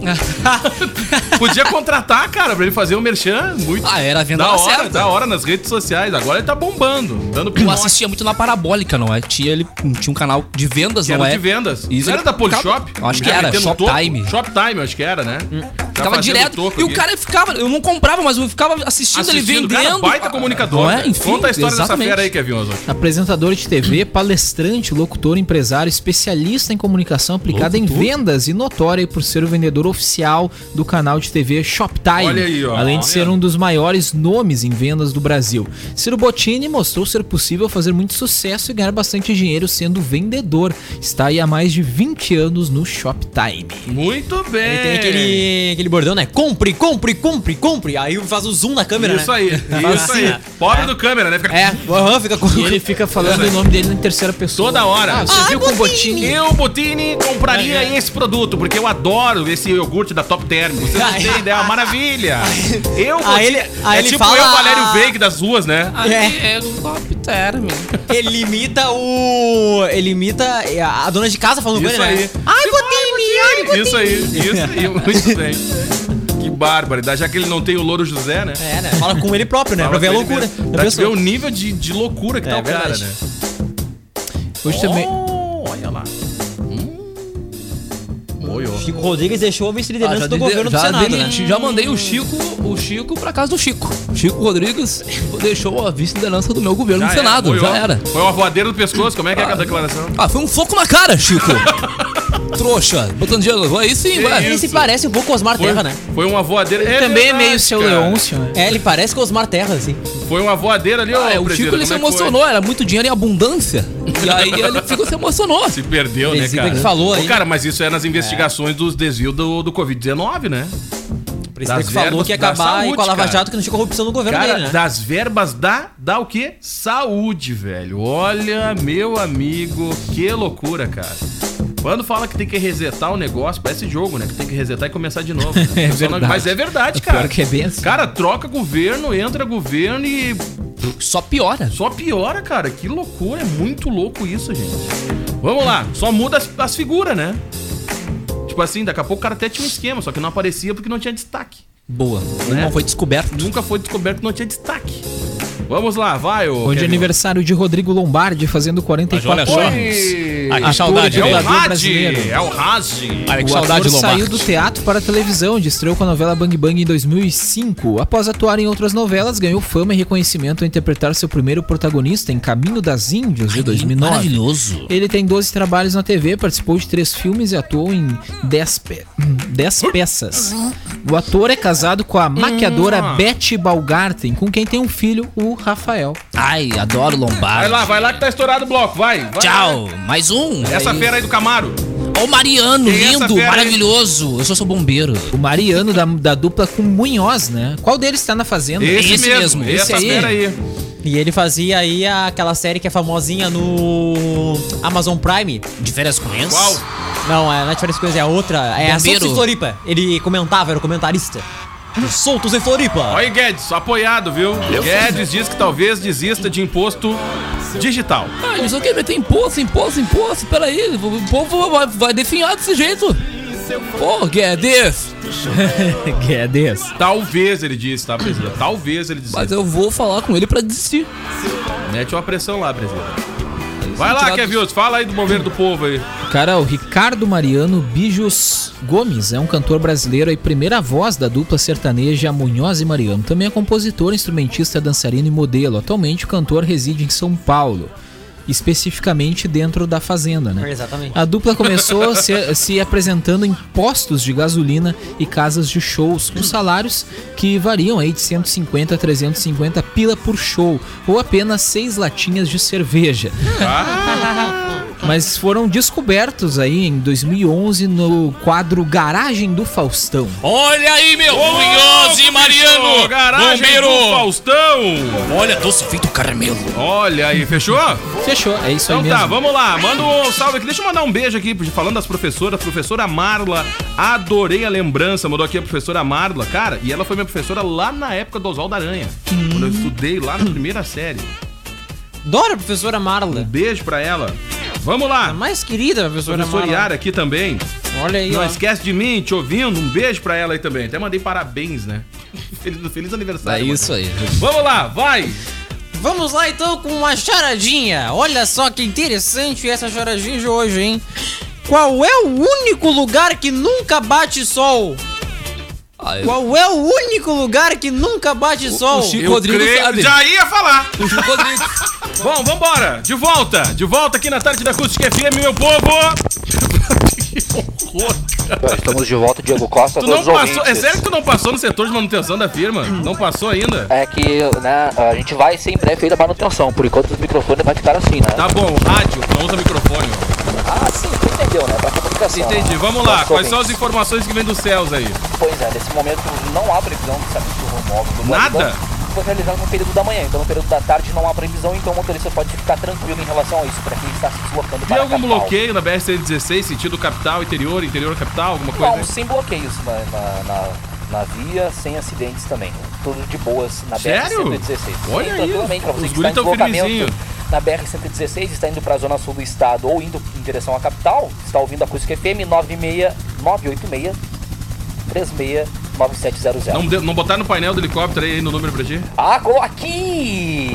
Speaker 6: Podia contratar, cara, pra ele fazer um merchan. Muito
Speaker 8: Ah, era a venda
Speaker 6: da
Speaker 8: na
Speaker 6: hora,
Speaker 8: certa.
Speaker 6: da hora nas redes sociais. Agora ele tá bombando, dando
Speaker 8: Eu
Speaker 6: pinota.
Speaker 8: assistia muito na Parabólica, não é? Tinha, ele, tinha um canal de vendas,
Speaker 6: Que
Speaker 8: não
Speaker 6: era
Speaker 8: é?
Speaker 6: de vendas.
Speaker 8: Isso,
Speaker 6: Isso era
Speaker 8: ele
Speaker 6: da
Speaker 8: ficava-
Speaker 6: Polishop?
Speaker 8: eu acho que
Speaker 6: Cara,
Speaker 8: era,
Speaker 6: metendo
Speaker 8: Shop
Speaker 6: topo.
Speaker 8: Time.
Speaker 6: Shop Time, eu acho que era, né? Já
Speaker 8: Ficava
Speaker 6: fazendo
Speaker 8: direto.
Speaker 6: topo
Speaker 8: E o
Speaker 6: ali.
Speaker 8: cara ficava, eu não comprava, mas eu ficava assistindo, ele
Speaker 6: Assistindo,
Speaker 8: vendendo.
Speaker 6: cara, baita comunicador.
Speaker 8: Não é?
Speaker 6: cara.
Speaker 8: Enfim,
Speaker 6: Conta a história
Speaker 8: exatamente.
Speaker 6: dessa fera aí, Kevin Oswald.
Speaker 9: Apresentador de TV, palestrante, locutor, empresário, especialista em comunicação aplicada em vendas e notória por ser o vendedor oficial do canal de TV Shoptime,
Speaker 6: Olha aí, ó.
Speaker 9: além de ser um dos maiores nomes em vendas do Brasil. Ciro Bottini mostrou ser possível fazer muito sucesso e ganhar bastante dinheiro sendo vendedor. Está aí há mais de 20 anos no Shoptime.
Speaker 6: Muito bem.
Speaker 7: Ele tem aquele, aquele bordão, né? Compre, compre, compre, compre. Aí faz o zoom na câmera,
Speaker 6: Isso
Speaker 7: né?
Speaker 6: aí, isso
Speaker 7: assim,
Speaker 6: aí. Pobre do câmera, né? Fica
Speaker 7: É, aham, fica com...
Speaker 9: E ele fica
Speaker 6: É.
Speaker 9: falando o nome dele na terceira pessoa.
Speaker 6: toda hora.
Speaker 9: Ah, você viu com o Bottini?
Speaker 6: Eu, Botini, compraria
Speaker 7: Ah, é.
Speaker 6: esse produto, porque eu adoro esse iogurte da Top Term. Vocês não têm ideia, é uma maravilha. Eu, Botini,
Speaker 7: Ah, ele- aí
Speaker 6: é
Speaker 7: ele
Speaker 6: tipo
Speaker 7: fala-
Speaker 6: eu, Valério Veig das ruas, né?
Speaker 7: É. Ele imita o... Ele imita a dona de casa falando
Speaker 6: Isso
Speaker 7: com ele,
Speaker 6: aí. Tipo,
Speaker 7: né? Ai, Botini, ai, Botini.
Speaker 6: Isso aí, isso aí, muito bem. Que barbaridade, já que ele não tem o Louro José, né?
Speaker 7: É, né? Fala com ele próprio, né?
Speaker 6: Fala
Speaker 7: Pra ver a
Speaker 6: com ele
Speaker 7: loucura.
Speaker 6: mesmo.
Speaker 7: da
Speaker 6: Pra te ver o
Speaker 7: pessoa.
Speaker 6: nível de, de loucura que
Speaker 7: É
Speaker 6: tá o cara,
Speaker 7: verdade.
Speaker 6: né?
Speaker 9: Hoje também.
Speaker 6: Oh, olha lá. Hum. Oi, ó.
Speaker 7: Chico Rodrigues deixou a
Speaker 8: Ah,
Speaker 7: vice-liderança
Speaker 8: já
Speaker 7: do
Speaker 8: dei-
Speaker 7: governo do
Speaker 8: já
Speaker 7: Senado,
Speaker 8: dei-
Speaker 7: né?
Speaker 8: Já mandei o Chico, o Chico pra casa do Chico. Chico Rodrigues deixou a vice-liderança do meu governo no
Speaker 6: Já era,
Speaker 8: Senado.
Speaker 6: Ah, é. foi, ó.
Speaker 8: já era.
Speaker 6: Foi uma voadeira no pescoço, como é que é a declaração?
Speaker 8: Ah, foi um soco na cara, Chico. Trouxa. Botando dinheiro. é Aí sim, vai.
Speaker 7: Ele se parece um pouco com Osmar
Speaker 6: Foi,
Speaker 7: Terra, né?
Speaker 6: foi uma voadeira. É
Speaker 9: Também é
Speaker 6: verdade,
Speaker 9: meio seu
Speaker 6: cara.
Speaker 9: Leôncio, né?
Speaker 7: É, ele parece com Osmar Terra, assim.
Speaker 6: Foi uma voadeira ali, ó.
Speaker 8: Ah, é, o Chico
Speaker 6: presídio,
Speaker 8: ele se
Speaker 6: como é que foi?
Speaker 8: emocionou, era muito dinheiro em abundância. E aí ele ficou se emocionou.
Speaker 6: Se perdeu, né,
Speaker 7: Presídio
Speaker 6: cara?
Speaker 7: que falou
Speaker 6: Ô,
Speaker 7: aí.
Speaker 6: Cara, mas isso é nas investigações dos desvios do, do Covid-19, né?
Speaker 7: Precisa
Speaker 6: Das
Speaker 7: que falou
Speaker 6: verbas
Speaker 7: que ia
Speaker 6: da
Speaker 7: acabar
Speaker 6: saúde,
Speaker 7: e com a Lava
Speaker 6: cara.
Speaker 7: Jato que não tinha corrupção no governo
Speaker 6: Cara,
Speaker 7: dele, né?
Speaker 6: das verbas da, da o quê? Saúde, velho. Olha, meu amigo, que loucura, cara. Quando fala que tem que resetar o negócio, parece jogo, né? Que tem que resetar e começar de novo. né?
Speaker 9: É
Speaker 6: Só não-
Speaker 9: verdade.
Speaker 6: Mas é verdade,
Speaker 9: Pior
Speaker 6: cara.
Speaker 9: que é bem assim.
Speaker 6: Cara, troca governo, entra governo e
Speaker 8: Só piora.
Speaker 6: só piora, cara. Que loucura, é muito louco isso, gente. Vamos lá, só muda as, as figuras, né? Tipo assim, daqui a pouco o cara até tinha um esquema, só que não aparecia porque não tinha destaque.
Speaker 8: Boa.
Speaker 6: Né?
Speaker 8: Ele não foi descoberto.
Speaker 6: Nunca foi descoberto que não tinha destaque. Vamos lá, vai, ô.
Speaker 9: Hoje é
Speaker 6: Kevin.
Speaker 9: aniversário de Rodrigo Lombardi, fazendo 44
Speaker 8: só.
Speaker 9: anos.
Speaker 8: Ai, que
Speaker 9: Ator,
Speaker 8: saudade,
Speaker 6: É o
Speaker 9: jogador
Speaker 8: velho.
Speaker 6: Raji,
Speaker 9: brasileiro.
Speaker 6: é o Raji.
Speaker 8: Ai, que
Speaker 9: O
Speaker 8: saudade,
Speaker 9: ator saiu
Speaker 8: Lomar.
Speaker 9: do teatro para a televisão, onde estreou com a novela Bang Bang em 2005. Após atuar em outras novelas, ganhou fama e reconhecimento ao interpretar seu primeiro protagonista em Caminho das Índias, de 2009.
Speaker 8: Maravilhoso.
Speaker 9: Ele tem 12 trabalhos na TV, participou de três filmes e atuou em 10 pe... dez peças. O ator é casado com a maquiadora
Speaker 8: Hum.
Speaker 9: Betty Balgarten, com quem tem um filho, o Rafael.
Speaker 8: Ai, adoro
Speaker 6: Vai
Speaker 8: Lombardi.
Speaker 6: lá, vai lá que tá estourado o bloco, vai. vai.
Speaker 8: Tchau. Mais um.
Speaker 6: Essa
Speaker 8: Aí.
Speaker 6: fera aí do Camaro.
Speaker 8: Ó, o Mariano,
Speaker 6: Quem é essa
Speaker 8: lindo,
Speaker 6: fera aí?
Speaker 8: maravilhoso. Eu só sou bombeiro.
Speaker 9: O Mariano da, da dupla com Munhoz, né? Qual deles tá na fazenda?
Speaker 6: Esse,
Speaker 8: esse mesmo,
Speaker 6: mesmo,
Speaker 9: esse
Speaker 6: essa
Speaker 9: aí.
Speaker 6: fera aí.
Speaker 7: E ele fazia aí aquela série que é famosinha no Amazon Prime.
Speaker 8: De férias com ex.
Speaker 6: Qual?
Speaker 7: Não, é, não é diferente coisa, é outra. É
Speaker 8: Bombeiro.
Speaker 7: Soltos em Floripa. Ele comentava, era o comentarista. Soltos em Floripa.
Speaker 6: Olha aí, Guedes, apoiado, viu? Guedes diz que talvez desista de imposto digital.
Speaker 8: Ah, isso aqui meter imposto, imposto, imposto. Peraí, o povo vai, vai definhar desse jeito. Pô, Guedes.
Speaker 9: Guedes.
Speaker 6: Talvez ele diz, tá, presidente? Talvez ele
Speaker 8: Mas
Speaker 6: desista.
Speaker 8: eu vou falar com ele pra desistir.
Speaker 6: Mete uma pressão lá, presidente. Vai lá, Kevius, fala aí do Bombeiro do Povo aí.
Speaker 9: Cara, o Ricardo Mariano Bijos Gomes é um cantor brasileiro e primeira voz da dupla sertaneja Munhoz e Mariano. Também é compositor, instrumentista, dançarino e modelo. Atualmente o cantor reside em São Paulo, especificamente dentro da Fazenda, né?
Speaker 7: Exatamente.
Speaker 9: A dupla começou se, se apresentando em postos de gasolina e casas de shows, com salários que variam aí de 150 a 350 pila por show, ou apenas seis latinhas de cerveja. Mas foram descobertos aí em 2011 no quadro Garagem do Faustão.
Speaker 11: Olha aí, meu! Munhoz e Mariano!
Speaker 6: Ô, garagem
Speaker 11: Bombeiro!
Speaker 6: do Faustão!
Speaker 11: Olha, doce feito caramelo!
Speaker 6: Olha aí, fechou?
Speaker 9: Fechou, é isso aí
Speaker 6: Então
Speaker 9: mesmo.
Speaker 6: tá, vamos lá. Manda um salve aqui. Deixa eu mandar um beijo aqui, falando das professoras. Professora Marla, adorei a lembrança. Mandou aqui a professora Marla, cara. E ela foi minha professora lá na época do Oswaldo Aranha. Quando eu estudei lá na primeira série.
Speaker 7: Dora, professora Marla.
Speaker 6: Beijo pra ela. Vamos
Speaker 7: A
Speaker 6: lá.
Speaker 7: mais querida, professora,
Speaker 6: Professora
Speaker 7: Marla.
Speaker 6: Yara aqui também.
Speaker 7: Olha aí,
Speaker 6: Não
Speaker 7: ó.
Speaker 6: esquece de mim, te ouvindo. Um beijo pra ela aí também. Até mandei parabéns, né? Feliz, feliz
Speaker 8: É
Speaker 6: aniversário.
Speaker 8: isso aí.
Speaker 6: mano. Vamos lá, vai.
Speaker 7: Vamos lá então com uma charadinha. Olha só que interessante essa charadinha de hoje, hein? Qual é o único lugar que nunca bate sol?
Speaker 8: Ah, eu-
Speaker 7: Qual é o único lugar que nunca bate sol?
Speaker 8: o Chico Rodrigo
Speaker 6: Creio-
Speaker 8: sabe.
Speaker 6: Já ia falar.
Speaker 8: O Chico Rodrigo.
Speaker 6: Bom, vambora! De volta! De volta aqui na tarde da Acústica FM, meu povo!
Speaker 10: Estamos de volta, Diego Costa,
Speaker 6: Tu
Speaker 10: todos
Speaker 6: não
Speaker 10: os
Speaker 6: passou. É
Speaker 10: ouvintes.
Speaker 6: sério que tu não passou no setor de manutenção da firma? Não passou ainda?
Speaker 10: É que, né, a gente vai ser em breve feita manutenção. Por enquanto, os microfones vai ficar assim, né?
Speaker 6: Tá bom, rádio, não usa microfone.
Speaker 10: Ah, sim, tu entendeu, né? Pra comunicação.
Speaker 6: Entendi, vamos lá.
Speaker 10: Nossos
Speaker 6: Quais são as
Speaker 10: ouvintes.
Speaker 6: informações que vem dos céus aí?
Speaker 10: Pois é, nesse momento não há previsão de serviço remóvel do
Speaker 6: Nada?
Speaker 10: ônibus. Foi realizado no período da manhã, então no período da tarde não há previsão, então o motorista pode ficar tranquilo em relação a isso, pra quem está se deslocando
Speaker 6: Tem
Speaker 10: para a
Speaker 6: algum
Speaker 10: capital.
Speaker 6: bloqueio na BR-116, sentido capital, interior, interior capital, alguma coisa?
Speaker 10: Não, sem bloqueios na, na, na- na via, sem acidentes também. Tudo de boas na
Speaker 6: Sério?
Speaker 10: BR-116.
Speaker 6: Olha aí,
Speaker 10: tranquilamente, Então, pra você
Speaker 6: os
Speaker 10: que
Speaker 6: guri
Speaker 10: está em
Speaker 6: tão
Speaker 10: deslocamento
Speaker 6: firmezinho.
Speaker 10: na BR-116, está indo para a zona sul do estado ou indo em direção à capital, está ouvindo a Acústica FM 96 986 369700.
Speaker 6: Não, deu- não botaram no painel do helicóptero aí no número pra ti?
Speaker 10: Ah, co- aqui!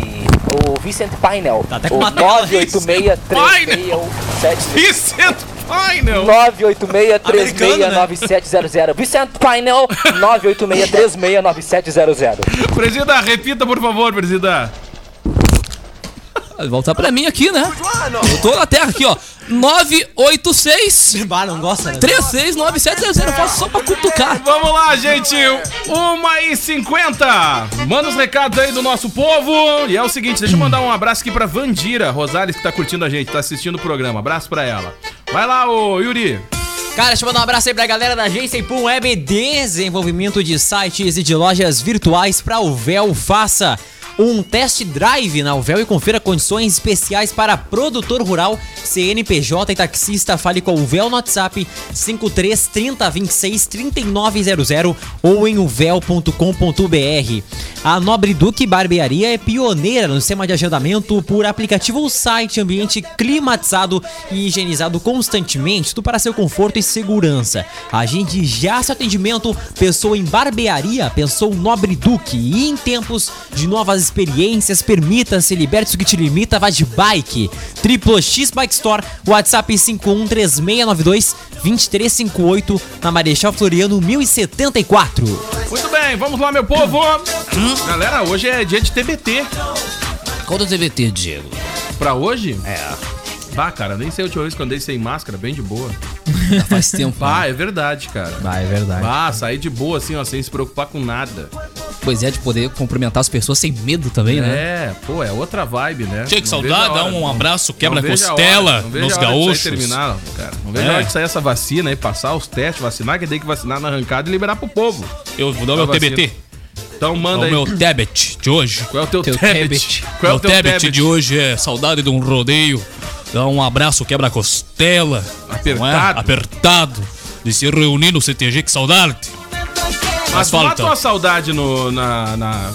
Speaker 10: O Vicente Painel.
Speaker 6: Tá
Speaker 7: até com
Speaker 10: o
Speaker 7: uma tela aí,
Speaker 10: 986 um, 3697
Speaker 6: Vicente Painel!
Speaker 10: um, 986-369700. Vicente Painel, 986-369700.
Speaker 6: Presida, repita, por favor, presida.
Speaker 8: Ah, Voltar pra mim aqui, né? Eu tô na terra aqui, ó. 986
Speaker 7: Bah, não gosta, né?
Speaker 8: 369700. Eu faço só pra cutucar.
Speaker 6: Vamos lá, gente! 1h50! Manda os recados aí do nosso povo! E é o seguinte, deixa eu mandar um abraço aqui pra Vandira Rosales, que tá curtindo a gente, tá assistindo o programa. Abraço pra ela. Vai lá, ô Yuri!
Speaker 7: Cara, deixa eu mandar um abraço aí pra galera da agência Ipum Web Desenvolvimento de sites e de lojas virtuais pra Uvel. Faça um test drive na Uvel e confira condições especiais para produtor rural, CNPJ e taxista. Fale com a Uvel no WhatsApp 53 30 26 3900 ou em uvel.com.br. A Nobre Duque Barbearia é pioneira no sistema de agendamento por aplicativo ou site, ambiente climatizado e higienizado constantemente, tudo para seu conforto e segurança. Agende já seu atendimento, pensou em barbearia, pensou Nobre Duque. E em tempos de novas experiências, permita-se, liberte-se o que te limita, vá de bike. Triplo X Bike Store, WhatsApp 513692-2358, na Marechal Floriano 1074.
Speaker 6: Muito bem, vamos lá, meu povo! Galera, hoje é dia de TBT.
Speaker 8: Conta o TVT, Diego.
Speaker 6: Pra hoje? É. Bah, cara, nem sei a última vez que eu andei sem máscara, bem de boa.
Speaker 8: Já faz tempo.
Speaker 11: né?
Speaker 6: Bah, é verdade, cara.
Speaker 7: Ah, é verdade.
Speaker 6: Bah, saí de boa assim, ó, sem se preocupar com nada.
Speaker 8: Pois é, de poder cumprimentar as pessoas sem medo também, né?
Speaker 6: É, pô, é outra vibe, né?
Speaker 11: Tinha que
Speaker 6: Não vejo a
Speaker 11: saudar, dar
Speaker 6: hora.
Speaker 11: um abraço,
Speaker 6: Não vejo a hora,
Speaker 11: quebra-costela
Speaker 6: não vejo
Speaker 11: nos
Speaker 6: a hora disso aí
Speaker 11: gaúchos.
Speaker 6: terminar, cara. Não vejo a
Speaker 11: É.
Speaker 6: hora de sair essa vacina e passar os testes, vacinar, que tem que vacinar na arrancada e liberar pro povo.
Speaker 11: Eu vou dar o
Speaker 6: A
Speaker 11: meu
Speaker 6: vacina.
Speaker 11: TBT.
Speaker 6: Então
Speaker 11: É
Speaker 6: manda
Speaker 11: o
Speaker 6: aí.
Speaker 11: meu Tebet de hoje.
Speaker 6: Qual é o teu,
Speaker 8: teu
Speaker 6: tablet?
Speaker 8: tablet.
Speaker 6: Qual é o
Speaker 11: meu
Speaker 6: teu
Speaker 11: Tebet
Speaker 6: tablet?
Speaker 11: de hoje é saudade de um rodeio. Dá um abraço, quebra-costela.
Speaker 6: Apertado.
Speaker 11: Apertado. De se reunir no CTG, que saudade. Mas
Speaker 6: Mas mata
Speaker 11: falta.
Speaker 6: tua saudade no, na, na,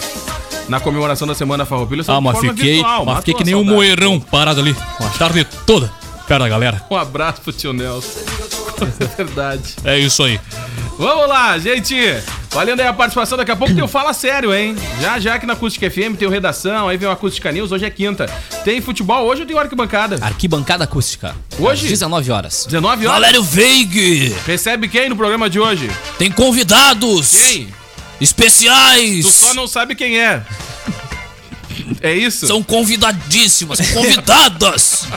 Speaker 6: na comemoração da Semana Farroupilha. só
Speaker 11: Ah,
Speaker 6: de
Speaker 11: mas
Speaker 6: forma
Speaker 11: fiquei,
Speaker 6: virtual.
Speaker 11: mas
Speaker 6: Mata
Speaker 11: fiquei
Speaker 6: tua
Speaker 11: que nem um
Speaker 6: saudade.
Speaker 11: moeirão parado ali. Uma tarde toda. Perto da galera.
Speaker 6: Um abraço pro tio Nelson. é verdade.
Speaker 11: É isso aí.
Speaker 6: Vamos lá, gente. Valendo aí a participação, daqui a pouco tem o Fala Sério, hein? Já já aqui na Acústica FM tem o Redação, aí vem o Acústica News, hoje é quinta. Tem futebol, hoje eu tenho arquibancada.
Speaker 8: Arquibancada acústica.
Speaker 6: Hoje?
Speaker 8: Às 19 horas.
Speaker 6: 19 horas.
Speaker 8: Valério Veig!
Speaker 6: Recebe quem no programa de hoje?
Speaker 8: Tem convidados!
Speaker 6: Quem?
Speaker 8: Especiais!
Speaker 6: Tu só não sabe quem é. É isso?
Speaker 8: São convidadíssimas, convidadas!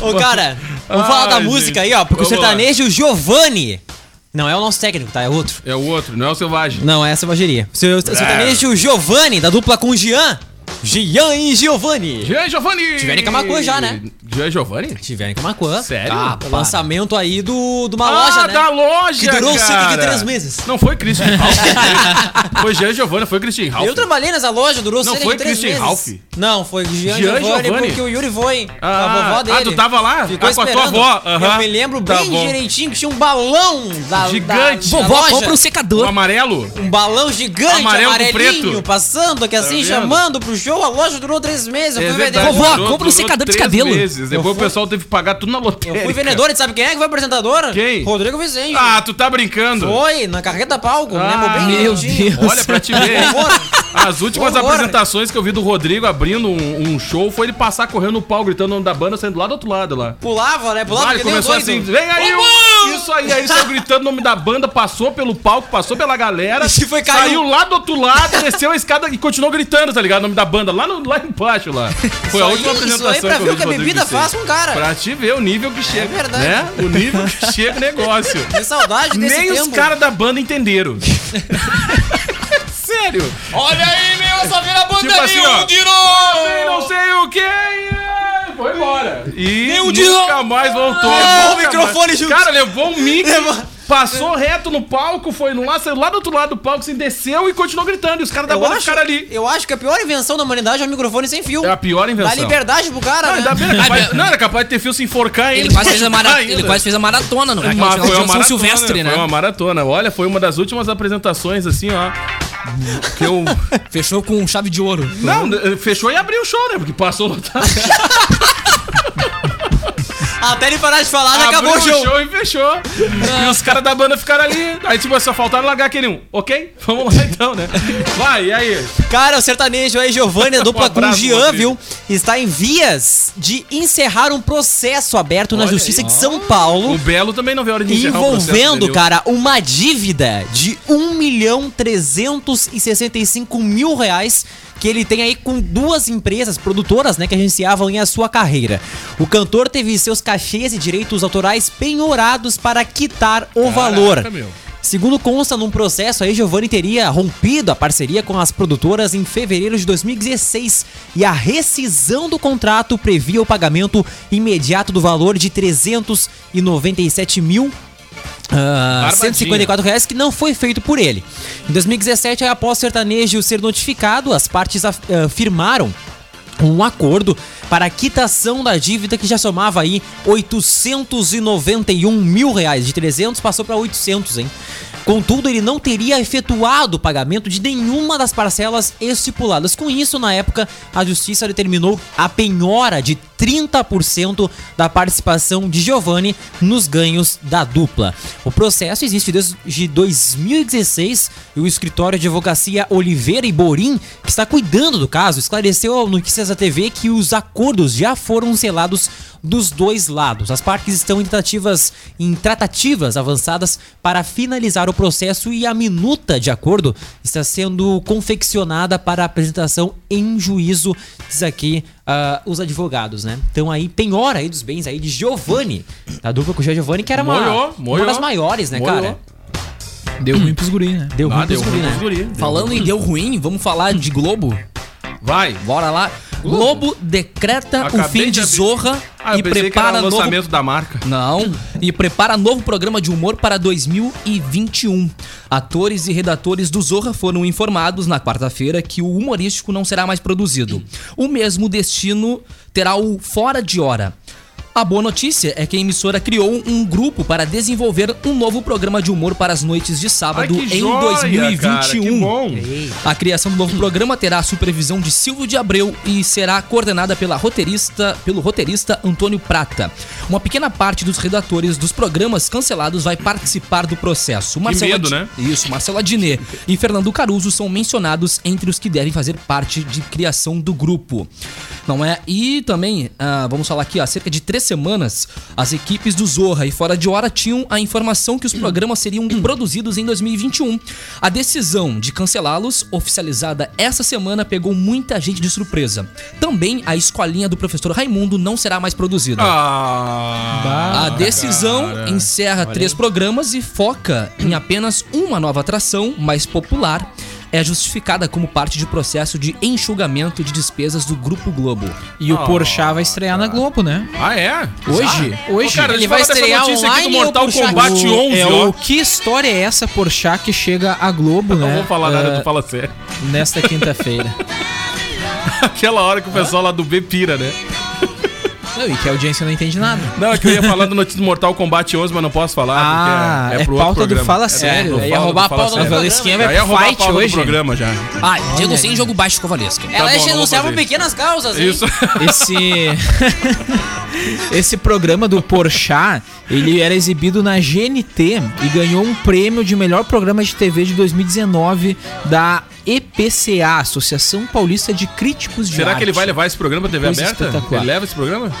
Speaker 7: Ô, cara, vamos
Speaker 6: Ai,
Speaker 7: falar da
Speaker 6: gente.
Speaker 7: música aí, ó. Porque o
Speaker 6: Vamos lá.
Speaker 7: sertanejo, o Giovanni. Não é o nosso técnico, tá? É outro.
Speaker 6: É o outro, não é o selvagem.
Speaker 7: Não, é essa bageria. O seu- o sertanejo, o Giovanni, da dupla com o Jean. Jean e Giovanni.
Speaker 6: Jean Giovanni!
Speaker 7: Tiveram em Camacuã já, né?
Speaker 6: Jean Giovanni?
Speaker 7: Tiveram com uma coisa.
Speaker 6: Sério?
Speaker 7: Ah,
Speaker 6: Para.
Speaker 7: lançamento aí do, de uma
Speaker 6: Ah,
Speaker 7: loja, né?
Speaker 6: da loja,
Speaker 7: Que durou
Speaker 6: cara.
Speaker 7: 53 meses.
Speaker 6: Não foi Christian Ralph. foi Jean Giovanni, foi Christian Ralph.
Speaker 7: Eu trabalhei nessa loja, durou
Speaker 6: Não
Speaker 7: cerca
Speaker 6: foi
Speaker 7: de três
Speaker 6: Christian
Speaker 7: meses.
Speaker 6: Ralph?
Speaker 7: Não, foi Jean,
Speaker 6: Jean
Speaker 7: Giovanni,
Speaker 6: Giovanni?
Speaker 7: porque o Yuri foi com a
Speaker 6: Ah,
Speaker 7: vovó dele.
Speaker 6: ah, tu tava lá?
Speaker 7: Ficou
Speaker 6: Ah, com a tua
Speaker 7: esperando.
Speaker 6: avó, aham.
Speaker 7: Eu me lembro
Speaker 6: Tá
Speaker 7: bem
Speaker 6: bom.
Speaker 7: direitinho que tinha um balão da,
Speaker 6: Gigante.
Speaker 7: da, da
Speaker 8: Vovó,
Speaker 7: loja.
Speaker 8: compra um
Speaker 6: O
Speaker 8: secador.
Speaker 6: amarelo?
Speaker 7: Um balão gigante,
Speaker 6: Amarelo com
Speaker 7: amarelinho,
Speaker 6: preto. Tá
Speaker 7: passando aqui assim,
Speaker 6: vendo? É
Speaker 7: chamando pro show. A loja durou três meses. Eu fui
Speaker 6: verdade,
Speaker 7: vendedor.
Speaker 8: Vovó,
Speaker 6: durou-
Speaker 8: compra um
Speaker 6: durou
Speaker 8: secador de
Speaker 6: três
Speaker 8: cabelo.
Speaker 6: meses. Depois o pessoal teve que pagar tudo na lotérica.
Speaker 7: Eu fui vendedor, e sabe quem é que foi apresentadora?
Speaker 6: Quem?
Speaker 7: Rodrigo Vicente.
Speaker 6: Ah, tu tá brincando.
Speaker 7: Foi, na carreta palco,
Speaker 6: Ah,
Speaker 7: lembro bem
Speaker 8: Meu
Speaker 7: direitinho.
Speaker 8: Deus.
Speaker 6: Olha pra te ver. As últimas
Speaker 7: Horror.
Speaker 6: apresentações que eu vi do Rodrigo abrindo um, um show foi ele passar correndo no pau, gritando o nome da banda, saindo lá do outro lado lá.
Speaker 7: Pulava, né? Pulava
Speaker 6: Ah,
Speaker 7: que
Speaker 6: ele
Speaker 7: nem
Speaker 6: começou
Speaker 7: doido.
Speaker 6: assim, vem aí, o... isso aí, aí saiu gritando o nome da banda, passou pelo palco, passou pela galera,
Speaker 7: E se foi, caiu.
Speaker 6: saiu lá do outro lado, desceu a escada e continuou gritando, tá ligado? O nome da banda, lá, no, lá embaixo lá. Foi a última
Speaker 7: Isso aí- isso
Speaker 6: apresentação.
Speaker 7: aí pra
Speaker 6: eu
Speaker 7: ver
Speaker 6: vi
Speaker 7: o que a
Speaker 6: do Rodrigo
Speaker 7: bebida
Speaker 6: Vicente.
Speaker 7: faz com o cara.
Speaker 6: Pra te ver o nível que chega.
Speaker 7: É. verdade.
Speaker 6: Né? O nível que chega o negócio.
Speaker 7: Que saudade desse
Speaker 6: Nem
Speaker 7: tempo.
Speaker 6: os caras da banda entenderam. Sério.
Speaker 7: Oh.
Speaker 11: Olha aí, meu, essa vira
Speaker 6: Tipo assim, ó.
Speaker 11: um tiro!
Speaker 6: Sei, não sei o que. Foi embora. E
Speaker 11: Nem o
Speaker 6: nunca
Speaker 11: Dino.
Speaker 6: mais voltou.
Speaker 7: Levou o
Speaker 6: Nunca
Speaker 7: microfone
Speaker 6: mais.
Speaker 7: junto.
Speaker 6: Cara, levou o mic,
Speaker 7: Levou-
Speaker 6: passou reto no palco, foi lá, saiu lá do outro lado do palco, se desceu e continuou gritando. E os caras da
Speaker 7: Eu
Speaker 6: banda
Speaker 7: acho,
Speaker 6: ficaram ali.
Speaker 7: eu acho que a pior invenção da humanidade é o microfone sem fio.
Speaker 6: É a pior
Speaker 7: Dá
Speaker 6: invenção.
Speaker 7: liberdade pro cara,
Speaker 6: Não,
Speaker 7: né?
Speaker 6: ainda bem, era capaz- não, era capaz de ter fio se enforcar ainda.
Speaker 8: Ele quase, fez a mara-
Speaker 6: Ainda.
Speaker 8: ele quase fez a maratona, não é?
Speaker 6: Mas
Speaker 8: Aquela
Speaker 6: foi
Speaker 8: São
Speaker 6: uma maratona,
Speaker 8: Silvestre, né?
Speaker 6: Foi uma maratona. Olha, foi uma das últimas apresentações, assim, ó. Que eu.
Speaker 8: Fechou com chave de ouro.
Speaker 6: Não, fechou e abriu o show, né? Porque passou lotado.
Speaker 7: Até ele parar de falar, né?
Speaker 6: Abriu
Speaker 7: acabou o show.
Speaker 6: e fechou. E os caras da banda ficaram ali. Aí, tipo, só faltaram largar aquele um. Ok? Vamos lá então, né? Vai, e aí?
Speaker 7: Cara, o sertanejo aí, Giovanni, a dupla com o
Speaker 6: Um abraço,
Speaker 7: Jean,
Speaker 6: Rodrigo.
Speaker 7: viu? Está em vias de encerrar um processo aberto na
Speaker 6: Olha
Speaker 7: Justiça
Speaker 6: aí.
Speaker 7: de São Paulo.
Speaker 6: O Belo também não veio a hora de encerrar o processo
Speaker 7: envolvendo,
Speaker 6: dele.
Speaker 7: cara, uma dívida de 1 milhão 365 mil reais que ele tem aí com duas empresas produtoras, né, que agenciavam em a sua carreira. O cantor teve seus cachês e direitos autorais penhorados para quitar o valor.
Speaker 6: meu.
Speaker 7: Segundo consta num processo aí, Giovanni teria rompido a parceria com as produtoras em fevereiro de 2016 e a rescisão do contrato previa o pagamento imediato do valor de 397 mil ah, R$ 154 reais que não foi feito por ele. Em 2017, aí, após o sertanejo ser notificado, as partes af- ah, firmaram um acordo para a quitação da dívida que já somava aí 891 mil reais. De 300 passou para 800, hein? Contudo, ele não teria efetuado o pagamento de nenhuma das parcelas estipuladas. Com isso, na época, a justiça determinou a penhora de 30% da participação de Giovanni nos ganhos da dupla. O processo existe desde 2016 e o escritório de advocacia Oliveira e Borim, que está cuidando do caso, esclareceu ao Notícias da TV que os acordos já foram selados dos dois lados. As partes estão em tratativas, em tratativas avançadas para finalizar o processo e a minuta de acordo está sendo confeccionada para apresentação em juízo, diz aqui ah, os advogados, né? Então aí penhora aí dos bens aí de Giovanni, da dupla com o Giovanni, que era uma,
Speaker 6: Moiou, moiou.
Speaker 7: uma das maiores, né,
Speaker 6: Moiou.
Speaker 7: cara?
Speaker 9: Deu ruim pros guri, né?
Speaker 7: Deu
Speaker 6: Ah,
Speaker 7: ruim
Speaker 6: deu
Speaker 7: pros guri,
Speaker 6: ruim
Speaker 7: né?
Speaker 6: pros guri.
Speaker 8: Falando em deu ruim, vamos falar de Globo?
Speaker 6: Vai.
Speaker 8: Bora lá. Globo decreta
Speaker 7: Tá
Speaker 8: um o
Speaker 6: Acabei
Speaker 8: fim de
Speaker 6: de abrir.
Speaker 8: Zorra
Speaker 6: Ah, eu
Speaker 8: e
Speaker 6: pensei que
Speaker 8: prepara
Speaker 6: era o
Speaker 8: novo
Speaker 6: lançamento da marca.
Speaker 8: Não. E prepara novo programa de humor para 2021. Atores e redatores do Zorra foram informados na quarta-feira que o humorístico não será mais produzido. O mesmo destino terá o Fora de Hora.
Speaker 12: A boa notícia é que a emissora criou um grupo para desenvolver um novo programa de humor para as noites de sábado
Speaker 6: Ai, que
Speaker 12: em
Speaker 6: joia,
Speaker 12: 2021.
Speaker 6: cara, que bom.
Speaker 12: A criação do novo programa terá a supervisão de Silvio de Abreu e será coordenada pela roteirista, pelo roteirista Antônio Prata. Uma pequena parte dos redatores dos programas cancelados vai participar do processo.
Speaker 6: medo,
Speaker 12: Ad-
Speaker 6: né?
Speaker 12: Isso, Marcelo Adnet e Fernando Caruso são mencionados entre os que devem fazer parte de criação do grupo. Não é? E também, ah, vamos falar aqui, ó, há cerca de três semanas, as equipes do Zorra e Fora de Hora tinham a informação que os programas seriam produzidos em 2021. A decisão de cancelá-los, oficializada essa semana, pegou muita gente de surpresa. Também a escolinha do professor Raimundo não será mais produzida.
Speaker 6: Ah,
Speaker 12: a decisão
Speaker 6: cara.
Speaker 12: encerra
Speaker 6: Olha
Speaker 12: três
Speaker 6: aí.
Speaker 12: programas e foca em apenas uma nova atração, mais popular. É justificada como parte de processo de enxugamento de despesas do Grupo Globo.
Speaker 9: E o Porchat vai estrear na Globo, né?
Speaker 6: Ah, é?
Speaker 9: Hoje?
Speaker 6: Já?
Speaker 9: Hoje.
Speaker 6: Ô, cara, ele vai estrear online do Mortal Kombat 11,
Speaker 9: é,
Speaker 6: ó.
Speaker 9: O, que história é essa Porchat que chega à Globo,
Speaker 6: Não
Speaker 9: né?
Speaker 6: vou Então falar nada,
Speaker 9: Ah,
Speaker 6: tu fala sério.
Speaker 9: Nesta quinta-feira.
Speaker 6: Aquela hora que o pessoal lá do B pira, né?
Speaker 9: Não, e que é a audiência não entende nada.
Speaker 6: Não, é que eu ia falar do notícia do Mortal Kombat 11, mas não posso falar.
Speaker 9: Ah,
Speaker 6: porque
Speaker 9: é
Speaker 6: outro
Speaker 9: pauta do
Speaker 6: programa.
Speaker 9: Fala
Speaker 6: É,
Speaker 9: Sério.
Speaker 6: do
Speaker 9: Aí ia
Speaker 6: fala- do
Speaker 9: roubar a
Speaker 6: Fala
Speaker 9: pauta do
Speaker 6: Sério.
Speaker 9: Valesquinha, vai
Speaker 6: Já ia roubar a
Speaker 9: fight
Speaker 6: pauta
Speaker 9: hoje.
Speaker 6: do programa já.
Speaker 12: Ah,
Speaker 9: Olha
Speaker 12: Diego
Speaker 9: aí.
Speaker 12: sem jogo baixo com a Valesca.
Speaker 7: Ela
Speaker 6: Tá bom,
Speaker 7: é
Speaker 6: vamos
Speaker 7: renunciava
Speaker 6: fazer
Speaker 7: por pequenas causas, hein?
Speaker 6: Isso.
Speaker 9: Esse esse programa do Porchat, ele era exibido na GNT e ganhou um prêmio de melhor programa de TV de 2019 da EPCA, Associação Paulista de Críticos de
Speaker 6: Será
Speaker 9: Arte.
Speaker 6: que ele vai levar esse programa à TV
Speaker 9: Coisa
Speaker 6: aberta?
Speaker 9: espetacular.
Speaker 6: Ele leva esse programa?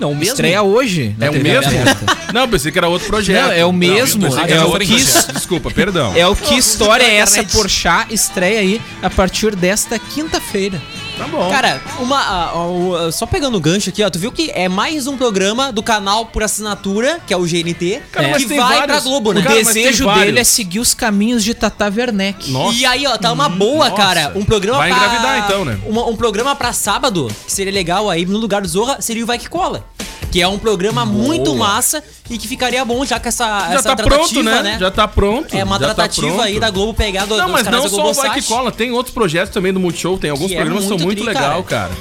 Speaker 12: Não, o mesmo.
Speaker 9: Estreia hoje. na
Speaker 6: É o
Speaker 9: TV
Speaker 6: mesmo?
Speaker 9: aberta.
Speaker 6: Não, pensei que era outro projeto.
Speaker 9: Não, é o mesmo,
Speaker 6: pensei que
Speaker 9: é
Speaker 6: era
Speaker 9: o
Speaker 6: outro
Speaker 9: que-
Speaker 6: projeto. Desculpa, perdão.
Speaker 9: É o que história é essa Porchat estreia aí a partir desta quinta-feira.
Speaker 6: Tá bom.
Speaker 7: Cara, uma, ah, ah, ah, só pegando o gancho aqui, ó, tu viu que é mais um programa do canal por assinatura, que é o GNT,
Speaker 6: Cara, mas
Speaker 7: que
Speaker 6: tem
Speaker 7: vai pra
Speaker 6: vários.
Speaker 7: Globo, né?
Speaker 9: O
Speaker 6: Cara, mas tem
Speaker 9: desejo
Speaker 6: vários.
Speaker 9: dele é seguir os caminhos de Tata Werneck.
Speaker 6: Nossa.
Speaker 7: E aí, ó, tá uma boa,
Speaker 6: Nossa.
Speaker 7: cara. Um programa
Speaker 6: Vai
Speaker 7: pra...
Speaker 6: engravidar, então, né?
Speaker 7: Uma- um programa pra sábado, que seria legal aí, no lugar do Zorra, seria o Vai Que Cola. Que é um programa muito massa e que ficaria bom já com essa,
Speaker 6: Já
Speaker 7: essa
Speaker 6: tá pronto, né? Já tá pronto.
Speaker 7: É uma
Speaker 6: já tá
Speaker 7: tratativa
Speaker 6: pronto.
Speaker 7: aí da Globo pegar do,
Speaker 6: Não,
Speaker 7: dos
Speaker 6: mas
Speaker 7: canais
Speaker 6: não
Speaker 7: da
Speaker 6: só o Vai
Speaker 7: Globosat.
Speaker 6: Que Cola, tem outros projetos também do Multishow, tem alguns
Speaker 7: Que é
Speaker 6: programas que são
Speaker 7: muito
Speaker 6: muito
Speaker 7: tri,
Speaker 6: legal, cara.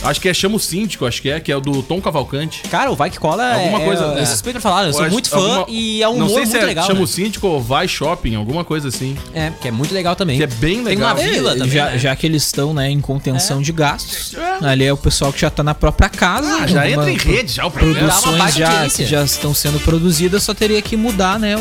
Speaker 6: Acho que é Chama o Síndico, acho que é, que é o do Tom Cavalcante.
Speaker 7: Cara, o Vai Que Cola
Speaker 6: Alguma
Speaker 7: é,
Speaker 6: coisa, né?
Speaker 7: Eu suspeito pra falar, eu sou
Speaker 6: Acho-
Speaker 7: muito fã
Speaker 6: alguma-
Speaker 7: e é um
Speaker 6: Não
Speaker 7: humor
Speaker 6: sei
Speaker 7: muito
Speaker 6: se é
Speaker 7: legal.
Speaker 6: Chama
Speaker 7: né?
Speaker 6: o Síndico ou Vai Shopping, alguma coisa assim.
Speaker 7: É, que é muito legal também.
Speaker 6: Que é bem
Speaker 7: Tem uma
Speaker 6: legal.
Speaker 7: vila também.
Speaker 9: já,
Speaker 7: né? É.
Speaker 9: já que eles estão né, em contenção de gastos, ali é o pessoal que já tá na própria casa.
Speaker 6: Ah, já entra
Speaker 9: alguma-
Speaker 6: em rede já o programa.
Speaker 7: Dá uma
Speaker 9: Produções
Speaker 7: baita
Speaker 9: já,
Speaker 7: audiência.
Speaker 9: que já estão sendo produzidas, só teria que mudar né, o,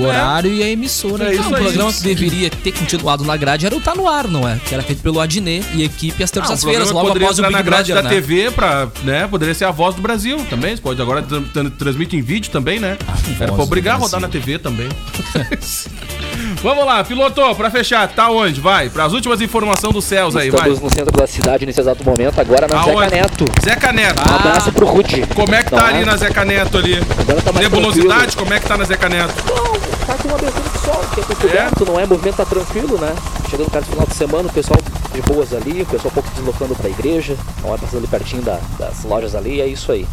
Speaker 9: o horário e a emissora.
Speaker 6: É
Speaker 9: Então,
Speaker 6: isso
Speaker 7: um
Speaker 12: O
Speaker 6: aí.
Speaker 12: programa que deveria ter continuado na grade era o Tá No Ar, não é? Que era feito pelo Adnet e equipe às
Speaker 6: Ah, o
Speaker 12: terças-feiras,
Speaker 6: programa
Speaker 12: logo
Speaker 6: poderia
Speaker 12: após o
Speaker 6: entrar
Speaker 12: Big
Speaker 6: na grade
Speaker 12: Brother,
Speaker 6: da
Speaker 12: né?
Speaker 6: TV pra, né, poderia ser a voz do Brasil também, você pode agora tra- tra- transmite em vídeo também, né?
Speaker 12: Ah,
Speaker 6: Era pra obrigar a rodar na TV também. Vamos lá, piloto, pra fechar, tá onde? Vai, pras últimas informações dos céus aí, vai.
Speaker 10: Estamos no centro da cidade nesse exato momento, agora na Zeca
Speaker 6: Aonde?
Speaker 10: Neto.
Speaker 6: Zeca Neto.
Speaker 10: Um abraço pro Rude.
Speaker 6: Como é que tá
Speaker 10: Não
Speaker 6: ali
Speaker 10: é?
Speaker 6: na Zeca Neto ali?
Speaker 10: Agora tá mais
Speaker 6: Nebulosidade, como é que tá na Zeca Neto?
Speaker 10: Não, tá com uma abertura de sol, tempo coberto, não é? O movimento tá tranquilo, né? Chegando perto do final de semana, o pessoal de boas ali, o pessoal um pouco deslocando pra igreja, não é passando ali pertinho da- das lojas ali, é isso aí.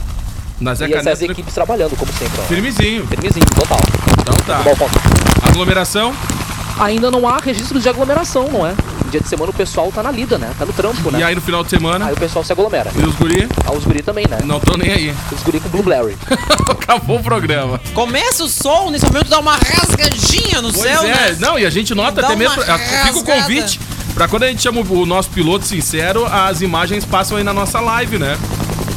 Speaker 6: Na
Speaker 10: E
Speaker 6: Zeca
Speaker 10: essas
Speaker 6: Neto.
Speaker 10: equipes trabalhando, como sempre, ó.
Speaker 6: Firmezinho.
Speaker 10: Firmezinho, total.
Speaker 6: Então tá.
Speaker 10: Bom ponto.
Speaker 6: Aglomeração.
Speaker 10: Ainda não há registros de aglomeração, não é? Dia de semana o pessoal tá na lida, né? Tá no trampo,
Speaker 6: E
Speaker 10: né?
Speaker 6: aí no final de semana.
Speaker 10: Aí o pessoal se aglomera.
Speaker 6: E os guri?
Speaker 10: Ah, os guri também, né?
Speaker 6: Não tô nem aí.
Speaker 10: Os guri com Blue Larry.
Speaker 6: Acabou o programa.
Speaker 7: Começa o sol, nesse momento dá uma rasgadinha no
Speaker 6: Pois
Speaker 7: céu,
Speaker 6: é,
Speaker 7: né?
Speaker 6: não, e a gente nota
Speaker 7: Dá
Speaker 6: até mesmo.
Speaker 7: uma
Speaker 6: a- Fica o
Speaker 7: rasgada.
Speaker 6: convite. Pra quando a gente chama o o nosso piloto sincero, as imagens passam aí na nossa live, né?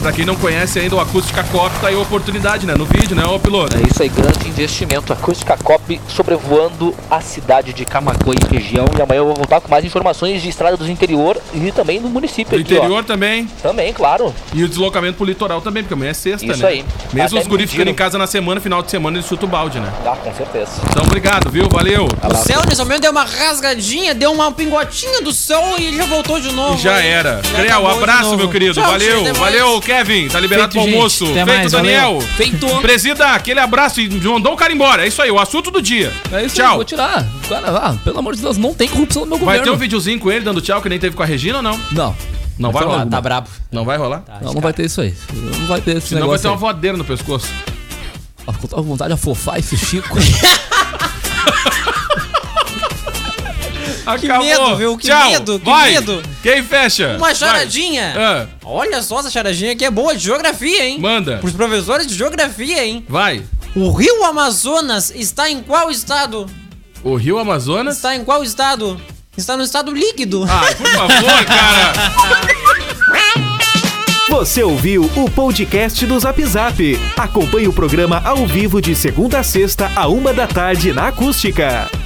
Speaker 6: Pra quem não conhece ainda o Acústica Cop, tá aí a oportunidade, né? No vídeo, né, ô piloto?
Speaker 10: É isso aí, grande investimento. Acústica Cop sobrevoando a cidade de Camacuã e região. E amanhã eu vou voltar com mais informações de estrada do interior e também do município
Speaker 6: Do
Speaker 10: aqui,
Speaker 6: interior também.
Speaker 10: ó. Também, claro.
Speaker 6: E o deslocamento pro litoral também, porque amanhã é sexta,
Speaker 10: Isso
Speaker 6: né?
Speaker 10: aí.
Speaker 6: Mesmo
Speaker 10: Até
Speaker 6: os guris ficando
Speaker 10: me pediram.
Speaker 6: em casa na semana, final de semana eles chutam o balde, né?
Speaker 10: Ah, com certeza.
Speaker 6: Então obrigado, viu? Valeu.
Speaker 7: O céu, nesse momento, deu uma rasgadinha, deu uma pingotinha do sol e já voltou de novo.
Speaker 6: E já
Speaker 7: hein?
Speaker 6: era.
Speaker 7: Já
Speaker 6: Creu,
Speaker 7: acabou de
Speaker 6: abraço,
Speaker 7: novo.
Speaker 6: meu querido.
Speaker 7: Tchau, gente, até
Speaker 6: valeu,
Speaker 7: mais.
Speaker 6: valeu, Kevin. Tá liberado
Speaker 9: Feito,
Speaker 6: pro
Speaker 9: gente.
Speaker 6: almoço.
Speaker 9: Até
Speaker 6: Feito,
Speaker 9: mais,
Speaker 6: Daniel.
Speaker 9: valeu.
Speaker 6: Feito. Presida, aquele abraço e mandou o cara embora. É isso aí, o assunto do dia.
Speaker 8: É isso aí,
Speaker 6: Tchau.
Speaker 8: vou tirar. Cara, ah, pelo amor de Deus, não tem corrupção no meu
Speaker 6: Vai
Speaker 8: governo.
Speaker 6: ter um videozinho com ele dando tchau que nem teve com a Regina ou não?
Speaker 8: Não,
Speaker 6: Não vai rolar.
Speaker 7: Tá brabo.
Speaker 6: Não vai rolar?
Speaker 9: Tá.
Speaker 8: não, não vai ter isso aí. Não vai ter esse
Speaker 6: Senão vai
Speaker 8: negócio
Speaker 6: ter um-
Speaker 9: é-
Speaker 6: uma voadeira no pescoço.
Speaker 8: aí. Ah, ficou com vontade de afofar esse Chico.
Speaker 6: Acabou.
Speaker 7: medo, viu? Que
Speaker 6: Tchau.
Speaker 7: medo, que
Speaker 6: vai.
Speaker 7: medo.
Speaker 6: Quem fecha?
Speaker 7: Uma
Speaker 6: Vai.
Speaker 7: choradinha.
Speaker 6: Ah.
Speaker 7: Olha só essa charadinha aqui é boa de geografia, hein?
Speaker 6: Manda.
Speaker 7: Pros professores de geografia, hein?
Speaker 6: Vai.
Speaker 7: O rio Amazonas está em qual estado?
Speaker 6: O Rio Amazonas?
Speaker 7: Está em qual estado? Está no estado líquido.
Speaker 6: Ah, por favor, cara.
Speaker 1: Você ouviu o podcast do Zap Zap. Acompanhe o programa ao vivo de segunda a sexta, a uma da tarde na Acústica.